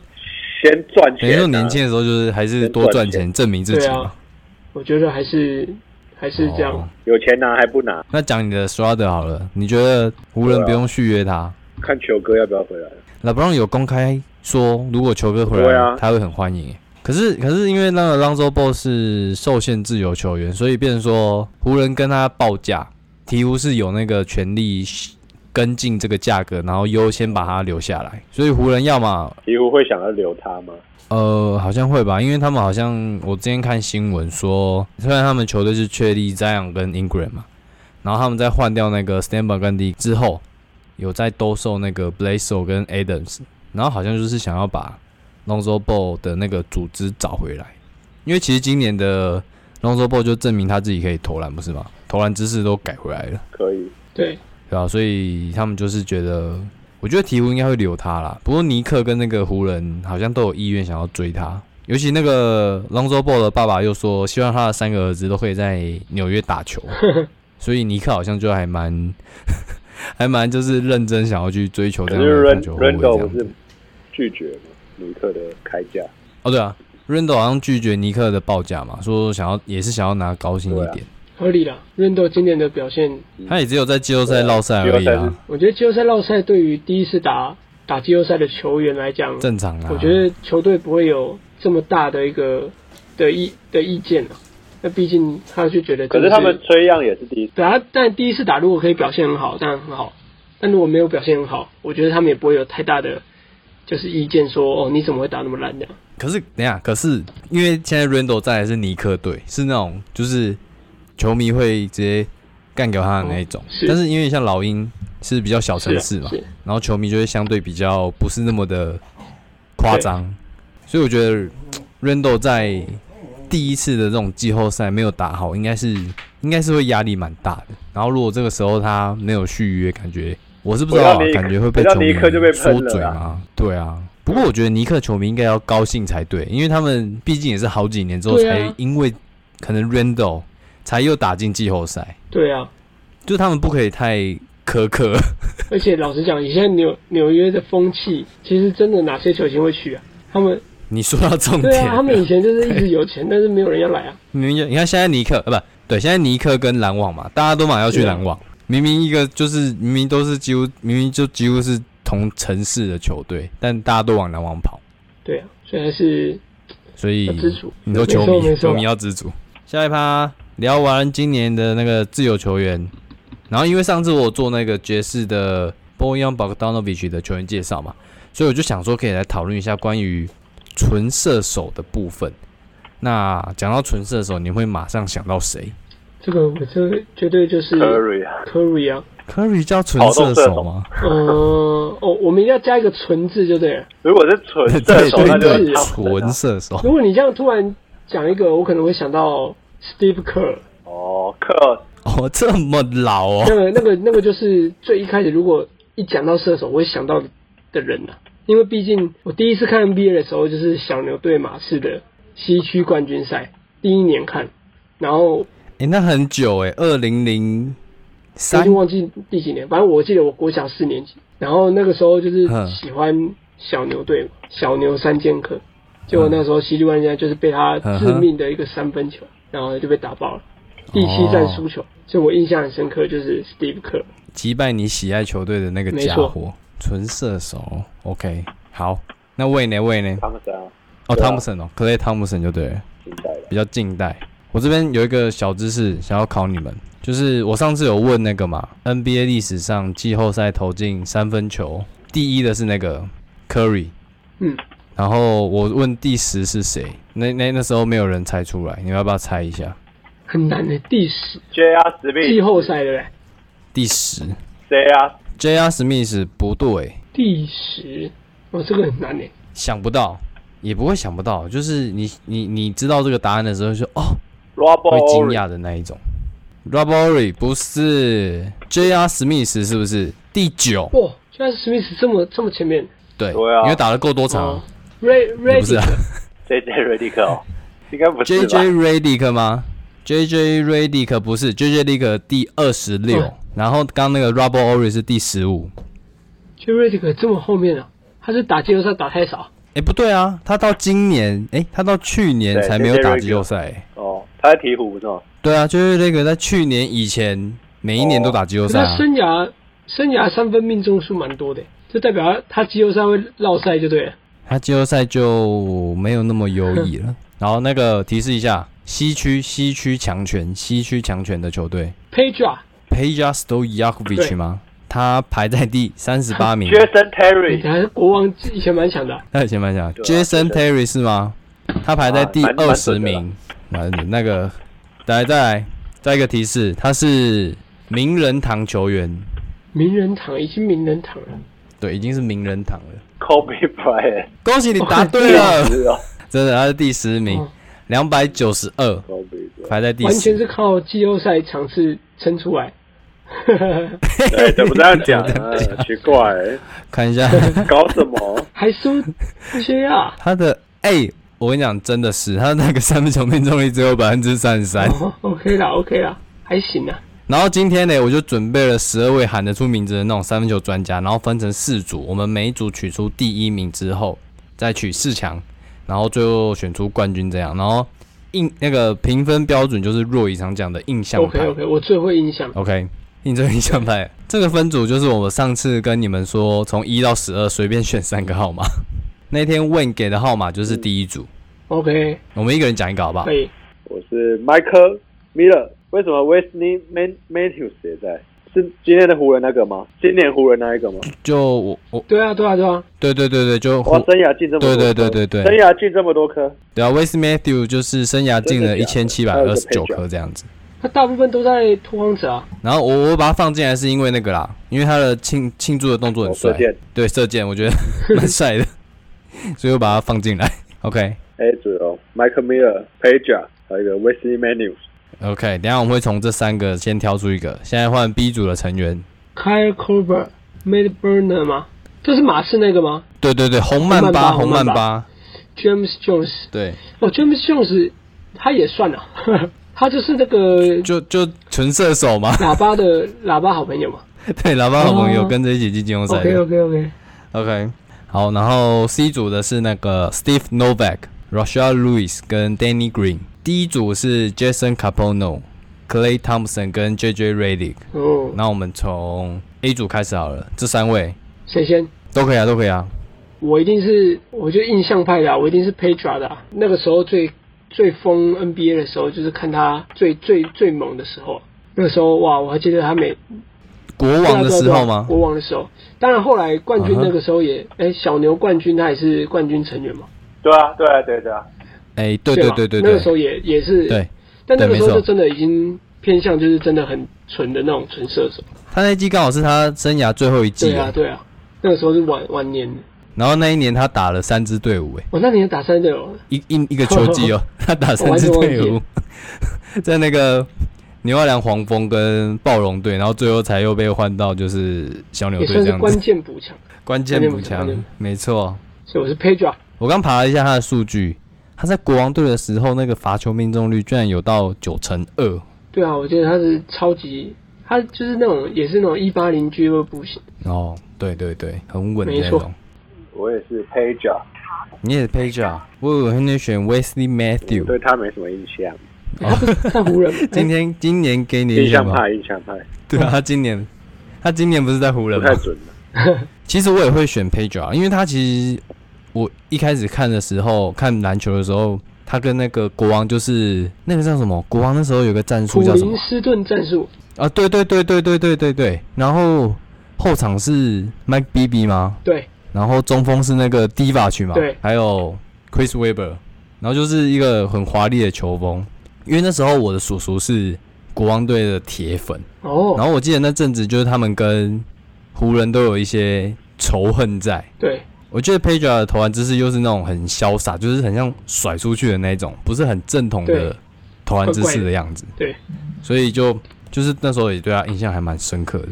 Speaker 3: 先赚
Speaker 1: 等于
Speaker 3: 钱、
Speaker 1: 说
Speaker 3: 啊。
Speaker 1: 年轻的时候就是还是多赚钱，证明自己
Speaker 2: 对
Speaker 1: 嘛
Speaker 2: 啊。，我觉得还是还是这样。
Speaker 1: 哦
Speaker 3: 有钱拿还不拿？
Speaker 1: 那讲你的 Schrader 好了，你觉得湖人
Speaker 3: 对啊
Speaker 1: 不用续约他？
Speaker 3: 看球哥要不要回来？
Speaker 1: 拉布朗有公开说，如果球哥回
Speaker 3: 对
Speaker 1: 来，
Speaker 3: 啊
Speaker 1: 他会很欢迎耶。可是，可是因为那个 Lonzo Ball 是受限自由球员，所以变成说湖人跟他报价，鹈鹕是有那个权利跟进这个价格，然后优先把他留下来。所以湖人要么
Speaker 3: 鹈鹕会想要留他吗？
Speaker 1: 呃，好像会吧，因为他们好像我之前看新闻说，虽然他们球队是确立 Zion 跟 Ingram 嘛，然后他们在换掉那个 s t a n b a r 跟 D 之后，有在兜售那个 Blazo 跟 Adams，然后好像就是想要把 Lonzo Ball 的那个组织找回来，因为其实今年的 Lonzo Ball 就证明他自己可以投篮，不是吗？投篮姿势都改回来了，
Speaker 3: 可以，
Speaker 2: 对，
Speaker 1: 对啊，所以他们就是觉得，我觉得鹈鹕应该会留他啦。不过尼克跟那个湖人好像都有意愿想要追他，尤其那个 Lonzo Ball 的爸爸又说，希望他的三个儿子都可以在纽约打
Speaker 3: <laughs>
Speaker 1: 球，所以尼克好像就还蛮 <laughs> 还蛮就是认真想要去追求这
Speaker 3: 可
Speaker 1: 样
Speaker 3: 是
Speaker 1: 的
Speaker 3: Ren
Speaker 1: 篮球后卫这
Speaker 3: Rendo
Speaker 1: 样
Speaker 3: 不
Speaker 1: 子
Speaker 3: 是。拒绝吗？尼克的开价，
Speaker 1: 哦，对啊，Rendo 好像拒绝尼克的报价嘛，说想要也是想要拿高薪一
Speaker 3: 对啊
Speaker 1: 点，
Speaker 2: 合理啦。润豆今年的表现，
Speaker 1: 他也只有在季后赛
Speaker 3: 对啊
Speaker 1: 落赛
Speaker 3: 季后
Speaker 1: 而已
Speaker 3: 赛
Speaker 1: 啊，
Speaker 2: 我觉得季后赛绕赛对于第一次打打季后赛的球员来讲，
Speaker 1: 正常啊。
Speaker 2: 我觉得球队不会有这么大的一个的意的意见啊。那毕竟他就觉得这
Speaker 3: 可
Speaker 2: 个，
Speaker 3: 是他们崔样也是第一次，
Speaker 2: 对啊，但第一次打如果可以表现很好，当然很好。但如果没有表现很好，我觉得他们也不会有太大的就是意见说哦你怎么会打那么烂这样。
Speaker 1: 可是等一下，可是因为现在 Rando 在的是尼克队，是那种就是球迷会直接干掉他的那一种。
Speaker 2: 是
Speaker 1: 但是因为像老鹰是比较小城市嘛，
Speaker 2: 是啊是
Speaker 1: 然后球迷就会相对比较不是那么的夸张，所以我觉得 Rando 在第一次的这种季后赛没有打好，应该是应该是会压力蛮大的。然后如果这个时候他没有续约，感觉我是不知道、啊
Speaker 3: 回到尼，克
Speaker 1: 感觉会被
Speaker 3: 回到
Speaker 1: 球迷
Speaker 3: 尼克就被喷
Speaker 1: 说
Speaker 3: 了啊
Speaker 1: 嘴吗？对啊。不过我觉得尼克球迷应该要高兴才对，因为他们毕竟也是好几年之后
Speaker 2: 对啊
Speaker 1: 才因为可能 Randall 才又打进季后赛，
Speaker 2: 对啊，
Speaker 1: 就他们不可以太苛刻。 <laughs>
Speaker 2: 而且老实讲，以现在纽纽约的风气，其实真的哪些球星会去啊？他们
Speaker 1: 你说到重
Speaker 2: 对
Speaker 1: 点
Speaker 2: 啊，
Speaker 1: 了，
Speaker 2: 他们以前就是一直有
Speaker 1: <laughs>
Speaker 2: 钱，但是没有人要来啊。
Speaker 1: 明明就你看现在尼克呃不对，现在尼克跟篮网嘛，大家都嘛要
Speaker 2: 啊
Speaker 1: 去篮网。明明一个就是明明都是几乎明明就几乎是同城市的球队，但大家都往篮网跑，
Speaker 2: 对啊，所以还是
Speaker 1: 所以
Speaker 2: 要知足
Speaker 1: 你说
Speaker 2: 呃没
Speaker 1: 球
Speaker 2: 错
Speaker 1: 迷
Speaker 2: 没错
Speaker 1: 球迷要知足。下一趴聊完今年的那个自由球员，然后因为上次我有做那个爵士的 Boyan Bogdanovic 的球员介绍嘛，所以我就想说可以来讨论一下关于纯射手的部分。那讲到纯射手，你会马上想到谁？
Speaker 2: 这个，我这绝对就是
Speaker 3: ，Curry 啊，
Speaker 2: Curry 啊。
Speaker 1: Curry 叫纯射手吗？
Speaker 2: 呃，哦，我们一定要加一个“纯”字就对了。
Speaker 3: 如果是纯射手，
Speaker 2: 对
Speaker 1: <laughs>
Speaker 3: 那就是
Speaker 2: 对
Speaker 3: 汤普森啊
Speaker 1: 纯射手。
Speaker 2: 如果你这样突然讲一个，我可能会想到 Steve Kerr，
Speaker 3: 哦，克
Speaker 1: 哦，这么老
Speaker 2: 那
Speaker 1: 哦，
Speaker 2: 个、那个、那个就是最一开始，如果一讲到射手，我会想到的人呐、啊。因为毕竟我第一次看 NBA 的时候，就是小牛对马刺的西区冠军赛，第一年看，然后
Speaker 1: 哎、那很久哎、2二零零
Speaker 2: 我已
Speaker 1: 三
Speaker 2: 经忘记第几年，反正我记得我国小四年级，然后那个时候就是
Speaker 1: 嗯
Speaker 2: 喜欢小牛队嘛，小牛三剑客，结果
Speaker 1: 嗯
Speaker 2: 那时候西利万家就是被他致命的一个三分球，然后就被打爆了，第七战输球，所以我印象很深刻，就是 Steve Kerr，
Speaker 1: 击败你喜爱球队的那个
Speaker 2: 没
Speaker 1: 家
Speaker 2: 错
Speaker 1: 伙，纯射手。OK，好，那魏呢？魏呢？
Speaker 3: 汤森啊，
Speaker 1: 哦，
Speaker 3: 对啊
Speaker 1: 汤普森哦，克雷汤普森就对了，
Speaker 3: 现在的
Speaker 1: 比较近代。我这边有一个小知识想要考你们，就是我上次有问那个嘛，NBA 历史上季后赛投进三分球第一的是那个 Curry，
Speaker 2: 嗯，
Speaker 1: 然后我问第十是谁，那那那时候没有人猜出来，你们要不要猜一下？
Speaker 2: 很难的、第十
Speaker 3: JR
Speaker 2: 季
Speaker 1: 哎
Speaker 3: Smith
Speaker 2: 后赛对不对？
Speaker 1: 第十
Speaker 3: JR
Speaker 1: ，J.R. Smith 不对，
Speaker 2: 第十，哦，这个很难诶，
Speaker 1: 想不到，也不会想不到，就是你你你知道这个答案的时候就哦，会
Speaker 3: Robert
Speaker 1: 惊
Speaker 3: Ory
Speaker 1: 讶的那一种。Robbery 不是 J.R. Smith 是不是第九？
Speaker 2: 哇，居然 Smith 这么这么前面，
Speaker 1: 对，
Speaker 3: 对啊
Speaker 1: 因为打了够多场啊，
Speaker 2: 哦，Ray
Speaker 1: 也不是
Speaker 2: Ray，、
Speaker 1: 啊
Speaker 3: JJ Redick 哦，应该不是吧
Speaker 1: ，J.J. Redick 吗？J.J. Redick 不是，J.J. Redick 第二十六
Speaker 2: 嗯，
Speaker 1: 然后刚那个 Robbery 是第十五。
Speaker 2: 就 r a d i c 这么后面啊，他是打季后赛打太少。
Speaker 1: 哎，不对啊，他到今年，哎，他到去年
Speaker 3: 对
Speaker 1: 才没有
Speaker 3: J.J.
Speaker 1: 打
Speaker 3: Redick
Speaker 1: 季后赛。
Speaker 3: 哦，他在鹈鹕是吗？
Speaker 1: 对啊，J.J. Redick 在去年以前每一年都打季后
Speaker 2: 可
Speaker 1: 赛
Speaker 2: 他
Speaker 1: 啊。
Speaker 2: 生涯生涯三分命中数蛮多的，就代表他他季后赛会绕赛就对了。
Speaker 1: 他季后赛就没有那么优异了。然后那个提示一下，西区西区强权，西区强权的球队
Speaker 2: Pedra
Speaker 1: p a j a s t o y a k o v i c
Speaker 2: 对
Speaker 1: 吗？他排在第三十八名。
Speaker 3: Jason
Speaker 2: 你
Speaker 3: Terry
Speaker 2: 看国王以前蛮强的啊、
Speaker 1: 那前面讲
Speaker 3: 对啊
Speaker 1: Jason
Speaker 3: 对
Speaker 1: Terry 是吗？他排在第
Speaker 3: 啊蛮蛮
Speaker 1: 二十
Speaker 3: 准的啦
Speaker 1: 名。啊，那个，来再来，再一个提示，他是名人堂球员，
Speaker 2: 名人堂已经名人堂了。
Speaker 1: 对，已经是名人堂了。
Speaker 3: Kobe Bryant
Speaker 1: 恭喜你答对啊
Speaker 3: 第 <laughs>
Speaker 1: 了，
Speaker 3: 十哦
Speaker 1: 真的，他是第十名
Speaker 2: 哦，
Speaker 1: 两百九十二，
Speaker 3: ，Kobe Bryant
Speaker 1: 排在第
Speaker 2: 完
Speaker 1: 十
Speaker 2: 全。是靠季后赛场次撑出来。 <laughs>
Speaker 3: 对，
Speaker 1: <laughs>
Speaker 3: 怎么这样讲啊？奇怪，
Speaker 1: 看
Speaker 3: <laughs>
Speaker 1: 一下
Speaker 3: 搞什么？ <laughs>
Speaker 2: 还输啊
Speaker 1: <laughs>
Speaker 2: J R，
Speaker 1: 他的哎、我跟你讲，真的是他那个三分球命中率只有百分之三十三。
Speaker 2: 哦，OK 啦，OK 啦，还行啊。
Speaker 1: 然后今天呢，我就准备了十二位喊得出名字的那种三分球专家，然后分成四组，我们每一组取出第一名之后，再取四强，然后最后选出冠军这样。然后印那个评分标准就是若以常讲的印象派
Speaker 2: OK。OK，我最会印象。
Speaker 1: OK，印证印象派这个分组就是我上次跟你们说，从一到十二随便选三个号码。那天问给的号码就是第一组，
Speaker 2: OK，
Speaker 1: 我们一个人讲一个好不好
Speaker 2: 可？以。
Speaker 3: 我是 Michael Miller，为什么 Wesley Man Matthews 也在？是今天的湖人那个吗？今年湖人那一个吗？
Speaker 1: 就我我
Speaker 2: 对啊，对啊，对啊。
Speaker 1: 对对对对，就
Speaker 3: 哇，生涯进这么多
Speaker 1: 对
Speaker 3: 颗，
Speaker 1: 对对对对
Speaker 3: 生涯进这么多颗，
Speaker 1: 对啊威斯 Matthew 就是生涯进了一千
Speaker 3: 真
Speaker 1: 七
Speaker 3: 的
Speaker 1: 百
Speaker 3: 假的
Speaker 1: 二十九颗这样子。
Speaker 2: 他大部分都在拓荒者啊。
Speaker 1: 然后我我把它放进来是因为那个啦，因为他的庆庆祝的动作很
Speaker 3: 哦射
Speaker 1: 帅，
Speaker 3: 箭
Speaker 1: 对射箭我觉得蛮帅的， <laughs> 所以我把它放进来。OK
Speaker 3: 哎，主流 Michael Miller、Pager，还有一个 Wesley Matthews。
Speaker 1: OK，等一下我们会从这三个先挑出一个，现在换 B 组的成员。
Speaker 2: Kyle Korver、Matt Burner 吗？这是马刺那个吗
Speaker 1: 对对对，红曼巴，
Speaker 2: 红
Speaker 1: 红
Speaker 2: 曼巴
Speaker 1: 曼巴，
Speaker 2: ？James Jones
Speaker 1: 对，
Speaker 2: 哦，James Jones 他也算啊， <laughs> 他就是那个
Speaker 1: 就就纯射手嘛， <laughs>
Speaker 2: 喇叭的喇叭好朋友嘛。
Speaker 1: 对，喇叭好朋友
Speaker 2: 哦
Speaker 1: 跟着一起进季后赛
Speaker 2: OK
Speaker 1: 的。
Speaker 2: OK OK，
Speaker 1: OK，好，然后 C 组的是那个 Steve Novak、Rashad Lewis 跟 Danny Green。D 组是 Jason Capono、Clay Thompson 跟 JJ Redick。
Speaker 2: 哦，
Speaker 1: 那我们从 A 组开始好了，这三位
Speaker 2: 谁先？
Speaker 1: 都可以啊，都可以啊。
Speaker 2: 我一定是，我觉得印象派的、啊，我一定是 Pedra 的啊、那个时候最最疯 NBA 的时候，就是看他最最最猛的时候。啊那个时候哇，我还记得他每
Speaker 1: 国王的时候
Speaker 2: 对啊对啊对啊
Speaker 1: 吗？
Speaker 2: 国王的时候，当然后来冠军
Speaker 1: 嗯哼
Speaker 2: 那个时候也，哎、小牛冠军他也是冠军成员嘛。
Speaker 3: 对啊，对啊，对啊对啊，
Speaker 1: 哎，对对
Speaker 2: 吧
Speaker 1: 对对
Speaker 2: 啊那个时
Speaker 1: 对，
Speaker 2: 候也也是
Speaker 1: 对
Speaker 2: 但那个时
Speaker 1: 对
Speaker 2: 候
Speaker 1: 没错
Speaker 2: 就真的已经偏向就是真的很纯的那种纯射手。
Speaker 1: 他那季刚好是他生涯最后一季
Speaker 2: 对啊
Speaker 1: 了，，
Speaker 2: 对啊，那个时候是晚晚年的。
Speaker 1: 然后那一年他打了三支队伍，哎，
Speaker 2: 我、那年打三队哦，
Speaker 1: 一一一个球季
Speaker 2: <laughs>
Speaker 1: 哦，他打三支队伍， <laughs> 在那个牛二良黄蜂跟暴龙队，然后最后才又被换到就是小牛
Speaker 2: 也
Speaker 1: 队这
Speaker 2: 算是
Speaker 1: 样
Speaker 2: 关
Speaker 1: 子，
Speaker 2: 键补强，
Speaker 1: 关键补
Speaker 2: 关
Speaker 1: 强
Speaker 2: 键补强，
Speaker 1: 没错。
Speaker 2: 所以我是啊 Pedra。
Speaker 1: 我刚爬了一下他的数据，他在国王队的时候那个罚球命中率居然有到九成二，
Speaker 2: 对啊，我觉得他是超级，他就是那种也是那种一八零俱乐部
Speaker 1: <laughs>
Speaker 2: 型，
Speaker 1: 哦，对对对，很稳的
Speaker 2: 没
Speaker 1: 那
Speaker 2: 错
Speaker 1: 种。
Speaker 3: 我也是 Pager，
Speaker 1: 你也是 Page 啊？我以为你选 Wesley
Speaker 3: 我
Speaker 1: Matthew。，
Speaker 3: 对他没什么印象，
Speaker 2: 他不是在湖人吗
Speaker 1: 今天今年给你
Speaker 3: 印
Speaker 1: 印
Speaker 3: 象
Speaker 1: 象吗？
Speaker 3: 派，印象派，
Speaker 1: 对啊，他今年他今年不是在湖人
Speaker 3: 不
Speaker 1: 吗
Speaker 3: 太？准了。
Speaker 1: 其实我也会选 Pedro，啊因为他其实我一开始看的时候，看篮球的时候，他跟那个国王就是那个叫什么？国王那时候有个战
Speaker 2: 普
Speaker 1: 术叫什
Speaker 2: 林
Speaker 1: 么？
Speaker 2: 斯顿战术，
Speaker 1: 啊，对对对对对对对对。然后后场是 Mike Bibby 吗？
Speaker 2: 对，
Speaker 1: 然后中锋是那个 Diva 曲嘛，
Speaker 2: 对
Speaker 1: 还有 Chris Webber，然后就是一个很华丽的球风。因为那时候我的叔叔是国王队的铁粉，
Speaker 2: 哦，
Speaker 1: 然后我记得那阵子就是他们跟湖人都有一些仇恨在。
Speaker 2: 对，
Speaker 1: 我觉得 Pedro 的投篮姿势又是那种很潇洒，就是很像甩出去的那种，不是很正统的
Speaker 2: 对
Speaker 1: 投篮姿
Speaker 2: 怪
Speaker 1: 势
Speaker 2: 怪
Speaker 1: 的
Speaker 2: 的
Speaker 1: 样子。
Speaker 2: 对，
Speaker 1: 所以就就是那时候也对他印象还蛮深刻的。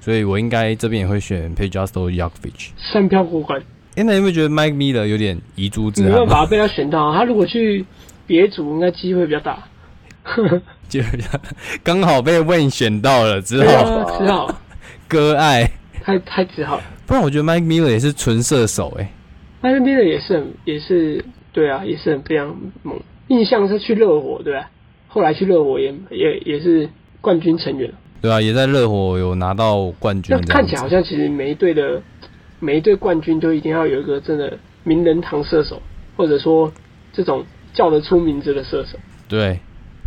Speaker 1: 所以我应该这边也会选 Pedro Stojakovic。
Speaker 2: 三票过关，
Speaker 1: 哎、那你会觉得 Mike Miller 有点遗珠之
Speaker 2: 没
Speaker 1: 憾
Speaker 2: 办
Speaker 1: 吗？
Speaker 2: 法被他选到啊，他如果去别组，应该机会比较大，
Speaker 1: <laughs> 就刚好被 Wayne 选到了，只
Speaker 2: 对
Speaker 1: 好
Speaker 2: 啊，只好，
Speaker 1: 割爱。
Speaker 2: 太太只好，
Speaker 1: 不然我觉得 Mike Miller 也是纯射手、诶，
Speaker 2: 他那边的也是很也是对啊，也是很非常猛，印象是去热火对吧、后来去热火也也也是冠军成员，
Speaker 1: 对啊，也在热火有拿到冠军
Speaker 2: 那
Speaker 1: 这样
Speaker 2: 看起来好
Speaker 1: 子。
Speaker 2: 像其实每一队的每一队冠军都一定要有一个真的名人堂射手，或者说这种叫得出名字的射手。
Speaker 1: 对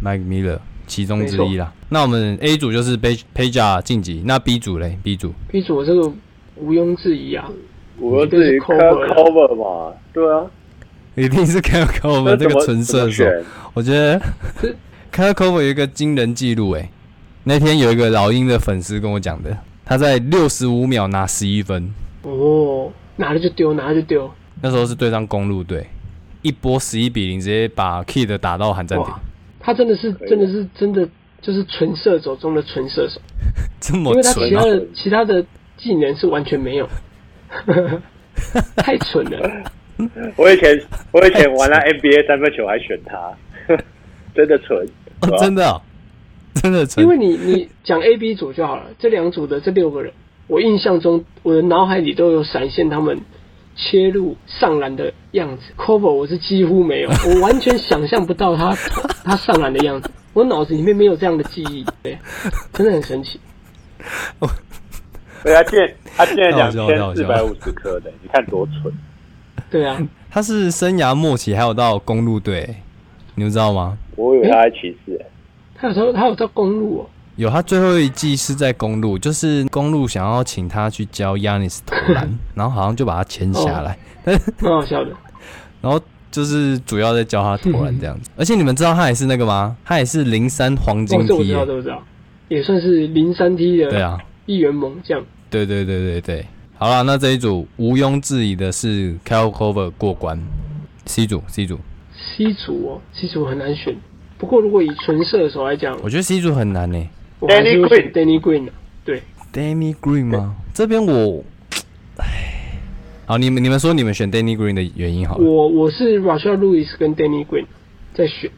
Speaker 1: ，Mike Miller 其中之一啦。那我们 A 组就是 Pe- Peja 晋级，那 B 组嘞？B 组 <laughs>
Speaker 2: B 组这个毋庸置疑啊，
Speaker 3: 我至
Speaker 2: 就是
Speaker 3: 于 c
Speaker 2: cover 啊
Speaker 3: cover 嘛，对啊，
Speaker 1: 一定是 k a l c o v e
Speaker 3: 那
Speaker 1: r 这
Speaker 3: 怎么
Speaker 1: 个纯
Speaker 3: 怎
Speaker 1: 射手。
Speaker 3: 么选？
Speaker 1: 我觉得 <laughs>
Speaker 2: 是
Speaker 1: k a l c o v e r 有一个惊人记录，诶，那天有一个老鹰的粉丝跟我讲的，他在六十五秒拿十一分。
Speaker 2: 哦，拿了就丢，拿了就丢，
Speaker 1: 那时候是对上公路队，一波十一比零，直接把 Kid 打到喊暂停
Speaker 2: 哇，他真的是
Speaker 3: 以啊
Speaker 2: 真的是真的就是纯射手中的纯射手，
Speaker 1: 这么
Speaker 2: 因为他其
Speaker 1: 蠢
Speaker 2: 他
Speaker 1: 啊！
Speaker 2: 的其他的技能是完全没有， <laughs> 太蠢了。
Speaker 3: 我以前我以前玩了 NBA 三分球还选他， <laughs> 真的蠢，对吧
Speaker 1: 哦真的哦、真的蠢，
Speaker 2: 因为你你讲 A、B 组就好了，这两组的这六个人，我印象中我的脑海里都有闪现他们切入上篮的样子。c o b o 我是几乎没有，我完全想象不到他他上篮的样子，我脑子里面没有这样的记忆，对，真的很神奇。
Speaker 3: 对他进他进了
Speaker 1: 太好
Speaker 3: 两
Speaker 1: 笑了太
Speaker 3: 千
Speaker 1: 好
Speaker 3: 四
Speaker 1: 笑
Speaker 3: 百
Speaker 1: 了
Speaker 3: 五十颗的，你看多蠢。
Speaker 2: 对啊，
Speaker 1: 他是生涯末期还有到公路队，你们知道吗？
Speaker 3: 我以为他在骑士、欸，
Speaker 2: 他有时候他有到公路哦，
Speaker 1: 有他最后一季是在公路，就是公路想要请他去教 Yanis 投篮，然后好像就把他签下来，
Speaker 2: 哦蛮好笑的。
Speaker 1: 然后就是主要在教他投篮这样
Speaker 2: 嗯
Speaker 1: 子。而且你们知道他也是那个吗？他也是零三黄
Speaker 2: 哦
Speaker 1: 金，
Speaker 2: 这我
Speaker 1: 梯
Speaker 2: 知
Speaker 1: 耶、
Speaker 2: 道，这我知道，也算是零三 T
Speaker 1: 对
Speaker 2: 的
Speaker 1: 啊，
Speaker 2: 一员猛将。
Speaker 1: 对对对对对，好了，那这一组毋庸置疑的是 k a l Cover 过关，C 组 C 组，
Speaker 2: C 组哦，C 组很难选。不过如果以纯射手来讲，
Speaker 1: 我觉得 C 组很难呢、欸
Speaker 2: 我还是会
Speaker 3: Danny Green
Speaker 2: 选 Danny Green 啊。对，
Speaker 1: Danny Green 吗？这边我，唉，好，你们你们说你们选 Danny Green 的原因好了，
Speaker 2: 我我是 Rashad Lewis 跟 Danny Green 在选，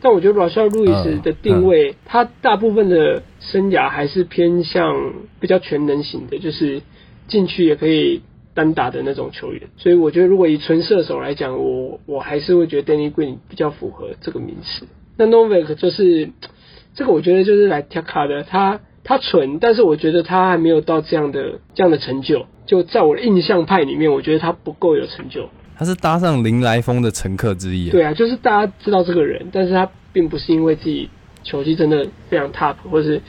Speaker 2: 但我觉得 Rashad
Speaker 1: 嗯
Speaker 2: Lewis 的定位，他大部分的生涯还是偏向比较全能型的，就是进去也可以单打的那种球员。所以我觉得，如果以纯射手来讲，我我还是会觉得 Danny Green 比较符合这个名词。那 Novak 就是这个，我觉得就是来 t a k a 的，他他蠢，但是我觉得他还没有到这样的这样的成就。就在我的印象派里面，我觉得他不够有成就。
Speaker 1: 他是搭上林来疯的乘客之一，
Speaker 2: 对啊，就是大家知道这个人，但是他并不是因为自己球技真的非常 top，或是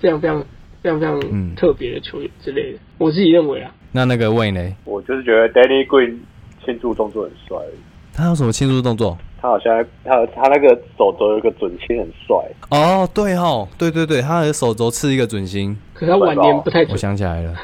Speaker 2: 非常非常非常非
Speaker 1: 嗯
Speaker 2: 常特别的球员之类的。我自己认为啊，
Speaker 1: 那那个魏呢？
Speaker 3: 我就是觉得 Danny Green 庆祝动作很帅，
Speaker 1: 他有什么庆祝动作？
Speaker 3: 他好像他他那个手肘有一个准心很帅，
Speaker 1: 哦，对哦，对对对，他的手肘刺一个准心，
Speaker 2: 可是他晚年不太
Speaker 1: <laughs> 我
Speaker 2: 准。
Speaker 1: 想起来
Speaker 3: <laughs>
Speaker 1: 了，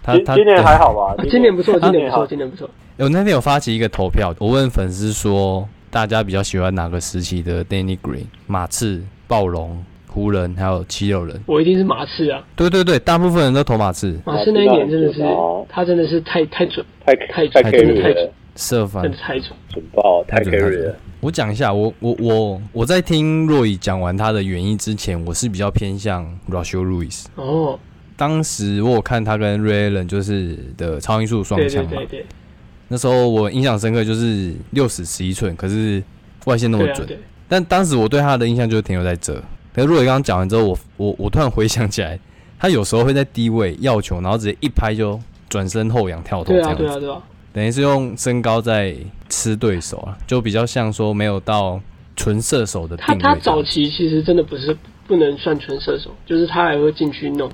Speaker 1: 他
Speaker 3: 今
Speaker 1: 他
Speaker 3: 今年
Speaker 1: 对
Speaker 3: 还好吧？
Speaker 2: 啊今年不错，今年不
Speaker 3: 好
Speaker 2: 错，今年不错。
Speaker 1: 我那天有发起一个投票，我问粉丝说，大家比较喜欢哪个时期的 Danny Green？马刺、暴龙、湖人还有七六人？
Speaker 2: 我一定是马刺啊，
Speaker 1: 对对对，大部分人都投马刺，
Speaker 2: 马刺那一年真的是
Speaker 3: 马刺当然准啊
Speaker 2: 他真的是太太准，
Speaker 3: 太
Speaker 2: 太
Speaker 3: 太
Speaker 2: 太
Speaker 3: carry
Speaker 2: 太
Speaker 3: 了，
Speaker 1: 射翻
Speaker 2: 很。猜准。
Speaker 3: 准爆太
Speaker 1: 太准太
Speaker 3: carry
Speaker 1: 准
Speaker 3: 了，！
Speaker 1: 我讲一下，我我我我在听若雨讲完他的原因之前，我是比较偏向 r a s h e l Lewis。
Speaker 2: 哦，当
Speaker 1: 当时我有看他跟 Ray Allen 就是的超音速双
Speaker 2: 对
Speaker 1: 枪
Speaker 2: 对
Speaker 1: 嘛，
Speaker 2: 对对，
Speaker 1: 那时候我印象深刻就是六十十一寸，可是外线那么
Speaker 2: 对啊
Speaker 1: 准。
Speaker 2: 对，
Speaker 1: 但当时我对他的印象就停留在这。可是若雨刚刚讲完之后，我我我突然回想起来，他有时候会在低位要球，然后直接一拍就转身后仰跳投这
Speaker 2: 对
Speaker 1: 样
Speaker 2: 啊
Speaker 1: 子，
Speaker 2: 对啊对啊，
Speaker 1: 等于是用身高在吃对手啊，就比较像说没有到纯射手的
Speaker 2: 他
Speaker 1: 定位这
Speaker 2: 他
Speaker 1: 样。
Speaker 2: 早期其实真的不是不能算纯射手，就是他还会进去弄。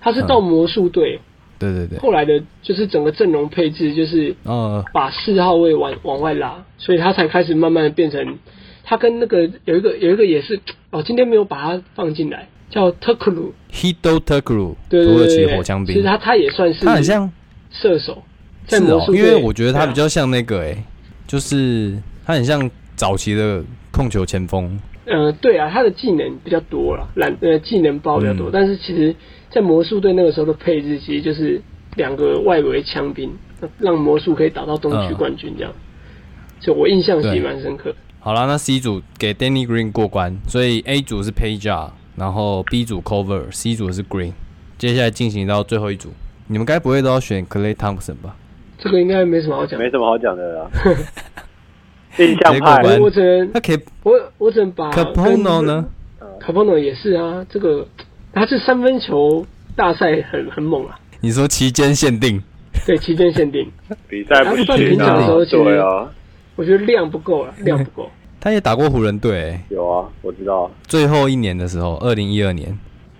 Speaker 2: 他是到魔术队、
Speaker 1: 对嗯对对，
Speaker 2: 后来的，就是整个阵容配置，就是
Speaker 1: 呃，
Speaker 2: 把四号位往往外拉，所以他才开始慢慢地变成，他跟那个有一个有一个也是，哦，今天没有把他放进来，叫特克鲁，
Speaker 1: Hido t u r k u
Speaker 2: 对
Speaker 1: 土耳
Speaker 2: 对对
Speaker 1: 其
Speaker 2: 对，
Speaker 1: 火枪
Speaker 2: 其
Speaker 1: 兵
Speaker 2: 实，他他也算是，
Speaker 1: 他很像
Speaker 2: 射手，在
Speaker 1: 是
Speaker 2: 魔
Speaker 1: 哦，
Speaker 2: 术队、
Speaker 1: 因为我觉得他比
Speaker 2: 对啊、
Speaker 1: 较像那个、欸，就是他很像早期的控球前锋，
Speaker 2: 呃，对啊，他的技能比较多了，懒呃技能包比较多，
Speaker 1: 嗯
Speaker 2: 但是其实，在魔术队那个时候的配置，其实就是两个外围枪兵，让魔术可以打到东
Speaker 1: 嗯
Speaker 2: 区冠军这样。所以我印象其
Speaker 1: 对
Speaker 2: 实蛮深刻。
Speaker 1: 好啦，那 C 组给 Danny Green 过关，所以 A 组是 Page，然啊后 B 组 Cover，C 组是 Green。接下来进行到最后一组，你们该不会都要选 Clay Thompson 吧？
Speaker 2: 这个应该没什么好讲，
Speaker 3: 没什么好讲的
Speaker 1: <laughs>
Speaker 3: 啦。印象
Speaker 1: 结果
Speaker 3: 派
Speaker 1: 吧
Speaker 2: 我我
Speaker 1: <laughs>
Speaker 2: 只能
Speaker 1: 那 Cap
Speaker 2: 我我只能把
Speaker 1: Capono 呢？
Speaker 2: c a p o n 也是啊，这个他是三分球大赛很很猛啊，
Speaker 1: 你说期间限定，
Speaker 2: 对期间限定， <laughs>
Speaker 3: 比赛不
Speaker 1: 他
Speaker 3: 行
Speaker 1: 不算平常的
Speaker 3: 啊
Speaker 1: 时
Speaker 2: 候，其实
Speaker 3: 对啊，
Speaker 2: 我觉得量不够啊，量不够。
Speaker 1: 他也打过湖人队欸、
Speaker 3: 有啊，我知道。
Speaker 1: 最后一年的时候，二零一二年，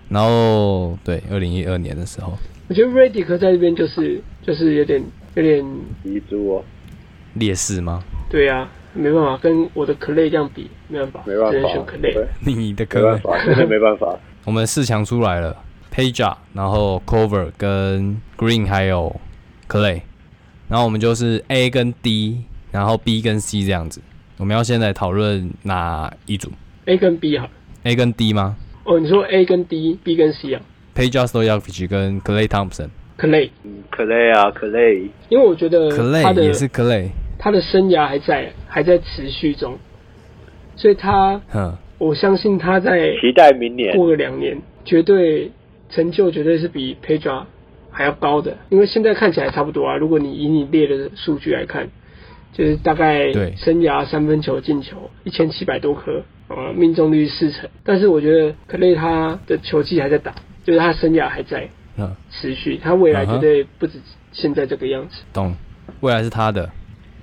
Speaker 1: 然后对，二零一二年的时候，
Speaker 2: 我觉得 Redick 在这边就是就是有点有点
Speaker 3: 遗珠哦，
Speaker 1: 劣势吗？
Speaker 2: 对啊，没办法，跟我的 Clay 这样比，没办法，
Speaker 3: 没办
Speaker 2: 只能
Speaker 3: 法
Speaker 2: 选，
Speaker 3: 对
Speaker 2: Clay。，
Speaker 1: 你的
Speaker 3: 没
Speaker 1: 可
Speaker 3: 办
Speaker 1: 能，
Speaker 3: <laughs> 法，真的没办法。
Speaker 1: 我们四强出来了 p a g e 然后 Cover 跟 Green 还有 Clay，然后我们就是 A 跟 D，然后 B 跟 C 这样子。我们要先来讨论哪一组
Speaker 2: A 跟 B 好了，
Speaker 1: ？A 跟 D 吗
Speaker 2: 哦，你说 A 跟 D，B 跟 C 啊
Speaker 1: p a g e s t o y a k v i c h 跟 Clay Thompson。
Speaker 2: ，Clay，
Speaker 3: 嗯，Clay 啊，Clay，
Speaker 2: 因为我觉得呃他
Speaker 1: Clay
Speaker 2: 的
Speaker 1: 也是 Clay，
Speaker 2: 他的生涯还在还在持续中，所以他
Speaker 1: 哼，
Speaker 2: 我相信他在
Speaker 3: 期待明年。
Speaker 2: 过个两年，绝对成就绝对是比 p e d r a 还要高的，因为现在看起来差不多啊。如果你以你列的数据来看，就是大概
Speaker 1: 对
Speaker 2: 生涯三分球进球一千七百多颗，啊，命中率四成。但是我觉得克雷他的球技还在打，就是他生涯还在
Speaker 1: 嗯，
Speaker 2: 持续，他未来
Speaker 1: 嗯哼
Speaker 2: 绝对不止现在这个样子。
Speaker 1: 懂，未来是他的。欸